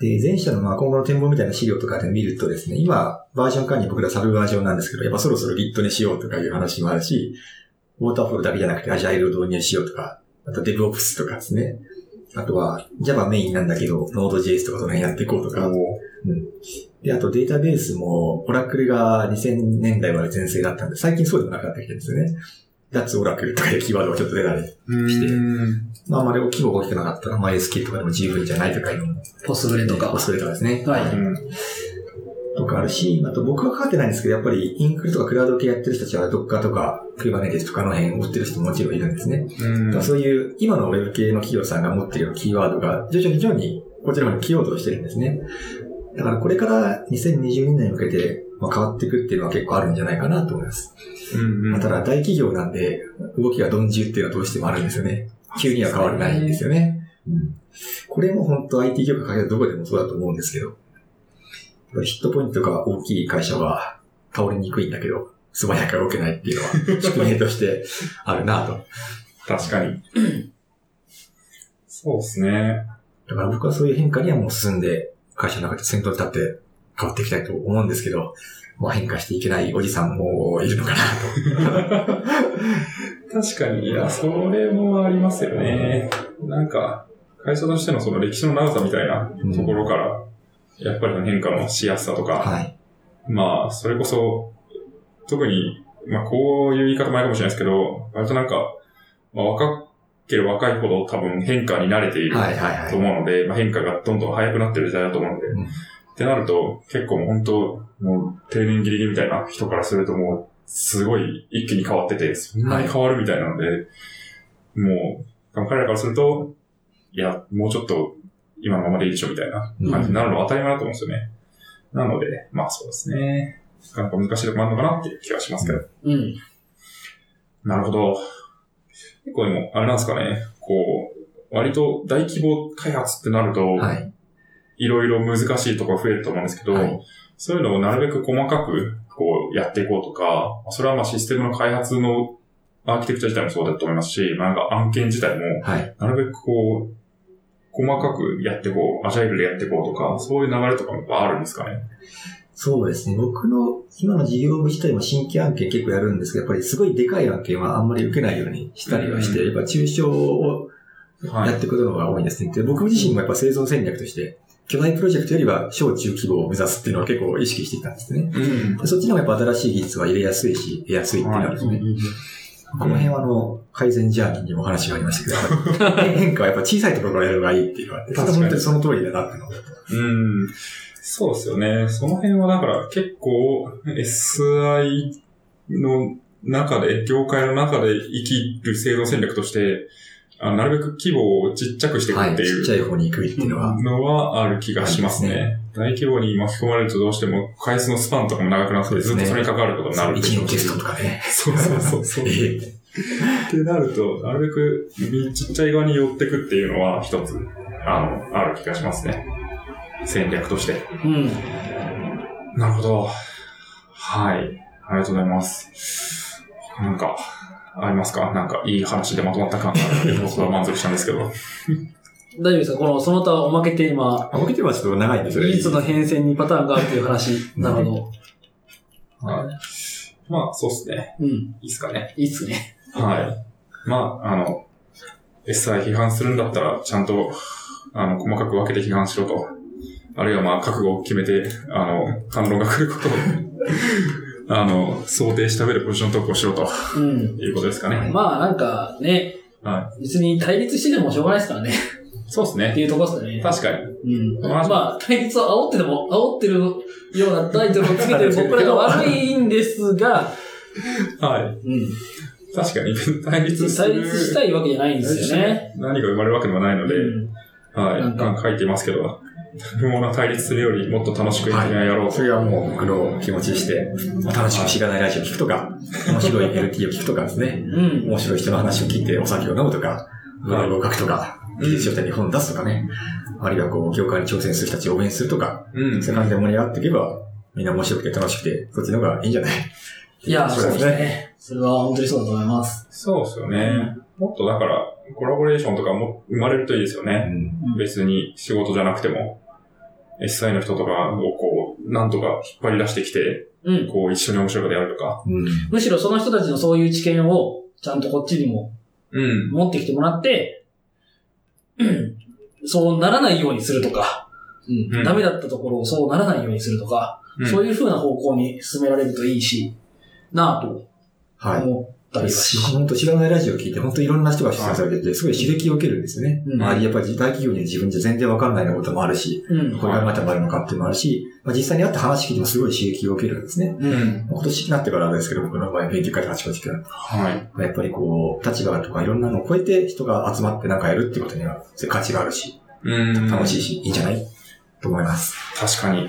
に。で、前者のまあ今後の展望みたいな資料とかで見るとですね、今、バージョン管理僕らサブバージョンなんですけど、やっぱそろそろ Git にしようとかいう話もあるし、ウォーターフォールだけじゃなくて Agile を導入しようとか、あと DevOps とかですね。あとは Java メインなんだけど、Node.js とかその辺やっていこうとか。で、あとデータベースも、オラクルが2000年代まで全盛だったんで、最近そうでもなくなってきてるんですよね。脱オラクルとかいうキーワードがちょっと出たり。してうん。まあ、あまり規模が大きくなかったら、まあ SK とかでも十分じゃないとかいうのも、ポスブレとか。それとかですね。はい。うんとかあるし、あと僕は関わってないんですけど、やっぱりインクルとかクラウド系やってる人たちは Docker とか Kubernetes とかの辺を売ってる人ももちろんいるんですね。うんだからそういう今のウェブ系の企業さんが持ってるようなキーワードが徐々に徐々にこちらの方に来ようとしてるんですね。だからこれから2020年代に向けてまあ変わっていくっていうのは結構あるんじゃないかなと思います。うんうまあんただ大企業なんで動きが鈍重っていうのはどうしてもあるんですよね。急には変わらないんですよね。うんこれも本当 IT 業界限らずどこでもそうだと思うんですけど、やっぱりヒットポイントが大きい会社は倒れにくいんだけど、素早く動けないっていうのは宿命としてあるなと。確かに。そうですね。だから僕はそういう変化にはもう進んで、会社の中で先頭に立って変わっていきたいと思うんですけど、まあ変化していけないおじさんもいるのかな確かに、いや、それもありますよね。なんか、会社としてのその歴史の長さみたいなうんところから、やっぱりの変化のしやすさとと。か、はい。まあ、それこそ、特に、まあ、こういう言い方もあるかもしれないですけど、割となんか、まあ、若ければ若いほど多分変化に慣れているはいはいはいと。思うので、まあ、変化がどんどん早くなってる時代だと思うので、うんってなると、結構もう本当、もう定年ギリギリみたいな人からするともう、すごい一気に変わってて、そんなに変わるみたいなので、もう、彼らからすると、いや、もうちょっと今のままでいいでしょみたいな感じになるのは当たり前だと思うんですよね。なので、まあそうですね。なんか難しいとこもあるのかなっていう気がしますけど。うん。なるほど。結構でも、あれなんですかね、こう、割と大規模開発ってなると、はい。いろいろ難しいところ増えると思うんですけど、はいそういうのをなるべく細かくこうやっていこうとか、それはまあシステムの開発のアーキテクチャ自体もそうだと思いますし、まあなんか案件自体もはい。なるべくこう、細かくやってこう、アジャイルでやっていこうとか、そういう流れとかもやっぱあるんですかね。そうですね。僕の今の事業部自体も新規案件結構やるんですけど、やっぱりすごいでかい案件はあんまり受けないようにしたりはして、うんやっぱ中小をはいやっていくことの方が多いんですね。で僕自身もやっぱ生存戦略として、巨大プロジェクトよりは小中規模を目指すっていうのは結構意識してきたんですね。うん。でそっちの方がやっぱ新しい技術は入れやすいし、得やすいっていうのはですね。この辺はあの、改善ジャーニーにもお話がありましたけ ど、変化はやっぱ小さいところからやるのがいいっていうのはあって、それ確はかに本当にその通りだなっていうのをうん。そうですよね。その辺はだから結構 SI の中で、業界の中で生きる製造戦略として、あなるべく規模をちっちゃくしていくはい。ってちいっうちゃい方に行くっていうのは、のはある気がしますありね。大規模に巻き込まれるとどうしても回数のスパンとかも長くなって、そうですずっねとそれに関わることになる一年テストとか ね。そうそうそうそう。ええってなると、なるべくみちっちゃい側に寄ってくっていうのは一つ、あの、ある気がしますね。戦略として。うん。なるほど。はい。ありがとうございます。なんか、ありますかなんか、いい話でまとまった感があるので、僕は満足したんですけど。大丈夫ですかこの、その他おまけテーマ、あ、僕ではちょっと長いんですよね。技術の変遷にパターンがあるという話。なるほど。はい。まあ、そうっすね。うん。いいっすかね。いいっすね。はい。まあ、あの、SI 批判するんだったら、ちゃんと、あの、細かく分けて批判しろと。あるいは、まあ、覚悟を決めて、あの、反論が来ることを、 あの、想定した上でポジショントークをしろとうん。いうことですかね。まあなんかね、は別に対立しててもしょうがないですからね。そうですってね。いうとこですかね。確かに。うん。まあまあ、対立を煽ってても、煽ってるようなタイトルをつけて る僕らが悪いんですが、はい。うん。確かに、対別立にする。対立したいわけじゃないんですよね。何が生まれるわけではないので、うんはない。なんかんか書いてますけど、不毛な対立するよりもっと楽しくいきながらやろうとそ。れはもう僕の気持ちにして、楽しくしがないラジオを聞くとか、面白い LT を聞くとかですね。うん。面白い人の話を聞いてお酒を飲むとか、ブログを書くとか、うん技術書店に本を出すとかね。あるいはこう、業界に挑戦する人たちを応援するとか、うん。そういう感じで盛り上がっていけば、みんな面白くて楽しくて、そっちの方がいいんじゃないいや、そそうでうですすね。それは本当にそうだと思います。そうですよね。もっとだから、コラボレーションとかも生まれるといいですようね。ん。別に仕事じゃなくても。SI の人とかをこう、なんとか引っ張り出してきて、うん。こう一緒に面白いことやるとか。うん。むしろその人たちのそういう知見を、ちゃんとこっちにもうん。持ってきてもらって、うんそうならないようにするとか、う、うんんダメだったところをそうならないようにするとか、そういいう風な方向に進められるといいし、なぁとはい。思ったりはします。本当知らないラジオを聞いて、本当いろんな人が出演されてて、すごい刺激を受けるんですよね。うんまあ、やっぱり大企業に自分じゃ全然わかんないようなこともあるし、うん。これがまたあるのかっていうのもあるし、まあ、実際に会って話聞いてもすごい刺激を受けるんですね。う。うんん。今年になってからですけど、僕の場合、勉強会で8個時から。はい。やっぱりこう、立場とかいろんなのを超えて人が集まってなんかやるってことには、そういう価値があるし、うん。楽しいい。し、いいんじゃないと思います。確かに。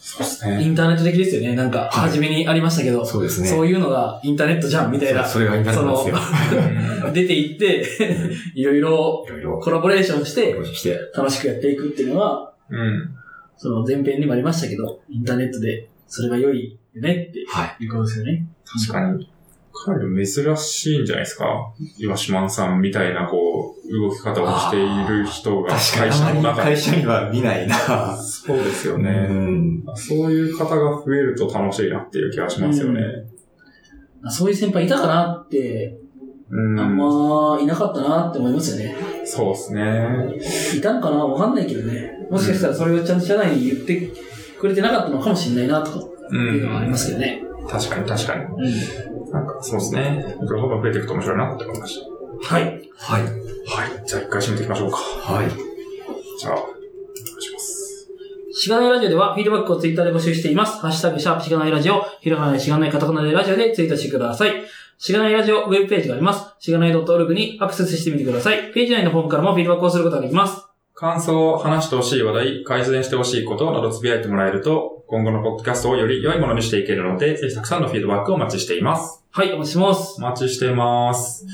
そうですイね。ンターネット的ですよね。なんか、はい初めにありましたけど、そうですね。そういうのがインターネットじゃん、みたいな。それがいいんなんですよ。出て行って、いろいろいろいろ、コラボレーションして、して、楽しくやっていくっていうのは、うん。その前編にもありましたけど、インターネットで、それが良いよねってはい。いうことですよね。確かに。かなり珍しいんじゃないですか。岩島さんみたいな、こう、動き方をしている人が確か会に、社あのまり中で。会社には見ないな。そうですようね。ん。そういう方が増えると楽しいなっていう気がしますよね。そういう先輩いたかなって、うん。あんまいなかったなって思いますよね。そうですね。いたのかなわかんないけどね。もしかしたらそれをちゃんと社内に言ってくれてなかったのかもしれないなとかってういうのはありん。ますけどね。確かに確かに。うん。なんかそうですね。これ方が増えていくと面白いなって思いましはい。はい。た。はい。じゃあ一回締めていきましょうか。はい。じゃあ、お願いします。しがないラジオではフィードバックをツイッターで募集しています。ハッシュタグ、シャープしがないラジオ、ひらがないしがないカタカナでラジオでツイートしてください。しがないラジオウェブページがあります。しがない .org にアクセスしてみてください。ページ内のフォームからもフィードバックをすることができます。感想、話してほしい話題、改善してほしいことなどつぶやいてもらえると、今後のポッドキャストをより良いものにしていけるので、ぜひたくさんのフィードバックをお待ちしています。はい、お待ちしますお。待ちしています。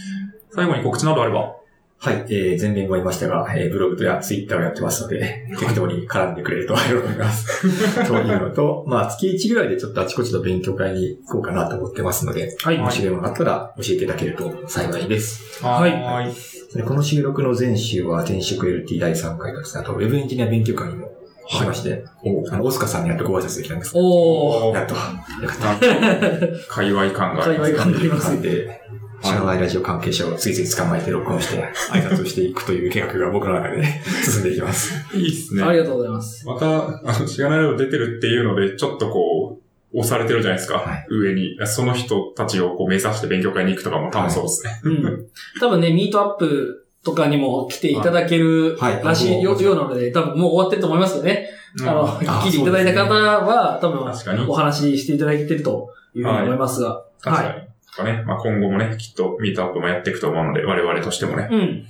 最後に告知などあれば。はい。えー、前面も言いましたが、えー、ブログとやツイッターをやってますので、適当に絡んでくれると喜び ます。というのと、まあ、月1ぐらいでちょっとあちこちの勉強会に行こうかなと思ってますので、はい。面白いものがあったら教えていただけると幸いです。はいはい。でこの収録の前週は転職 LT 第3回として、あと、ウェブエンジニア勉強会にも行きまして、あの、オスカさんにやっとご挨拶できたんです。おー。 やっと、よかった。なんか界隈感があ会話ります。があります。で、知らないラジオ関係者をついつい捕まえて録音して、挨拶をしていくという計画が僕の中で 進んでいきます。いいっすね。ありがとうございます。また、あの、しがないラジオ出てるっていうので、ちょっとこう、押されてるじゃないですか。はい上に。その人たちをこう目指して勉強会に行くとかも多分 そうですね。うん。多分ね、ミートアップとかにも来ていただけるはいはいらしいあよ,、もうようなので、多分もう終わってると思いますけどね。あの、うん聞いていただいた方は、多分確かにお話ししていただいてるというふうに思いますが、確かに。とかね、まあ今後もね、きっとミートアップもやっていくと思うので、我々としてもね、うん。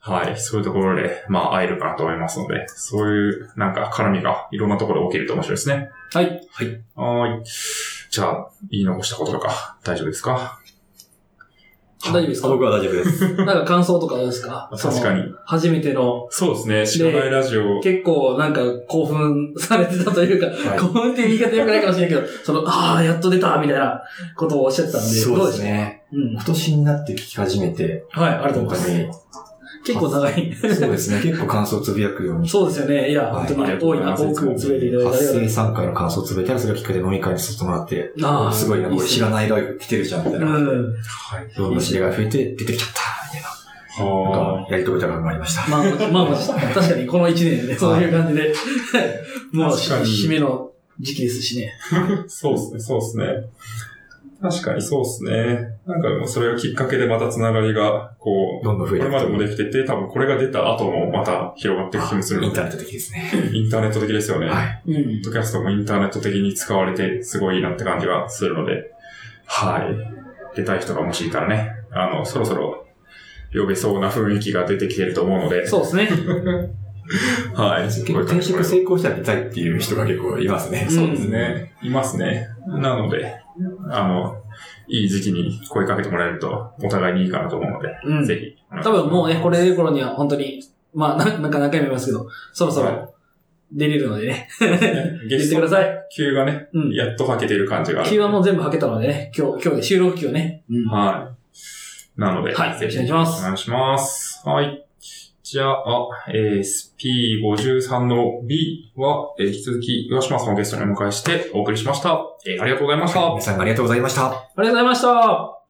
はい、そういうところで、まあ会えるかなと思いますので、そういうなんか絡みがいろんなところで起きると面白いですね。はい。はーい。じゃあ、言い残したこととか大丈夫ですか大丈夫ですあか僕は大丈夫です。なんか感想とかどうですか 確か。そのに。初めての、そうですね、知らないラジオ。結構なんか興奮されてたというか、はい興奮っていう言い方良くないかもしれないけど、その、ああ、やっと出たみたいなことをおっしゃってたんで、どそううででしすたね。うん。今年になって聞き始めて、はい、ありがとう本ご当ざいます。に、結構長い。そうですね、結構感想をつぶやくように。そうですよね。いや、はい本当に多いな、多ありがとくうございます詰めていただいてあり発がとうござい生ます。参加の感想をつぶやいたら、それをきっかけで飲み会にさせてもらって、ああ、すごいな、これ知らなないライブ来てるじゃん、みたいな。うん。はい。どんどん知り合いが増えて出てきちゃった、みたいな。はなんかやり遂げた感がありました。まあまあ、まあまあ、確かにこの一年で、そういう感じで、もう、確かに締めの時期ですしね。ーそうですね、そうですね。確かにそうですね。なんかもうそれがきっかけでまたつながりが、こう、どんどん増こえてれまでもくできてて、多分これが出た後もまた広がっていく気もするイのンでターネット的ですね。インターネット的ですよね。はポい。うんッ。ドキャストもインターネット的に使われて、すごいいいなって感じがするので、はい。出たい人がもしいたらね、あの、そろそろ呼べそうな雰囲気が出てきてると思うので、そうですね。はい。結構転職成功したら出たいっていう人が結構いますね。そうですです。ね。いますね。なので、あの、いい時期に声かけてもらえると、お互いにいいかなと思うので、うん。ぜひ。多分もうね、これ出る頃には本当に、まあ、ななんか何回も言いますけど、そろそろ出れるのでね、 ゲ言っスてくだトさい。級がね、うん。やっと履けてる感じがある。 Q はもう全部はけたのでね、今日、今日で収録期をね。うん。はい。なので、はいぜおひ願いしますお願いします。はい。じゃあ、えー、SP53 の B は、えー引き続き、岩島さんをゲストにお迎えしてお送りしました。えーありがとうございました。皆さんありがとうございました。ありがとうございました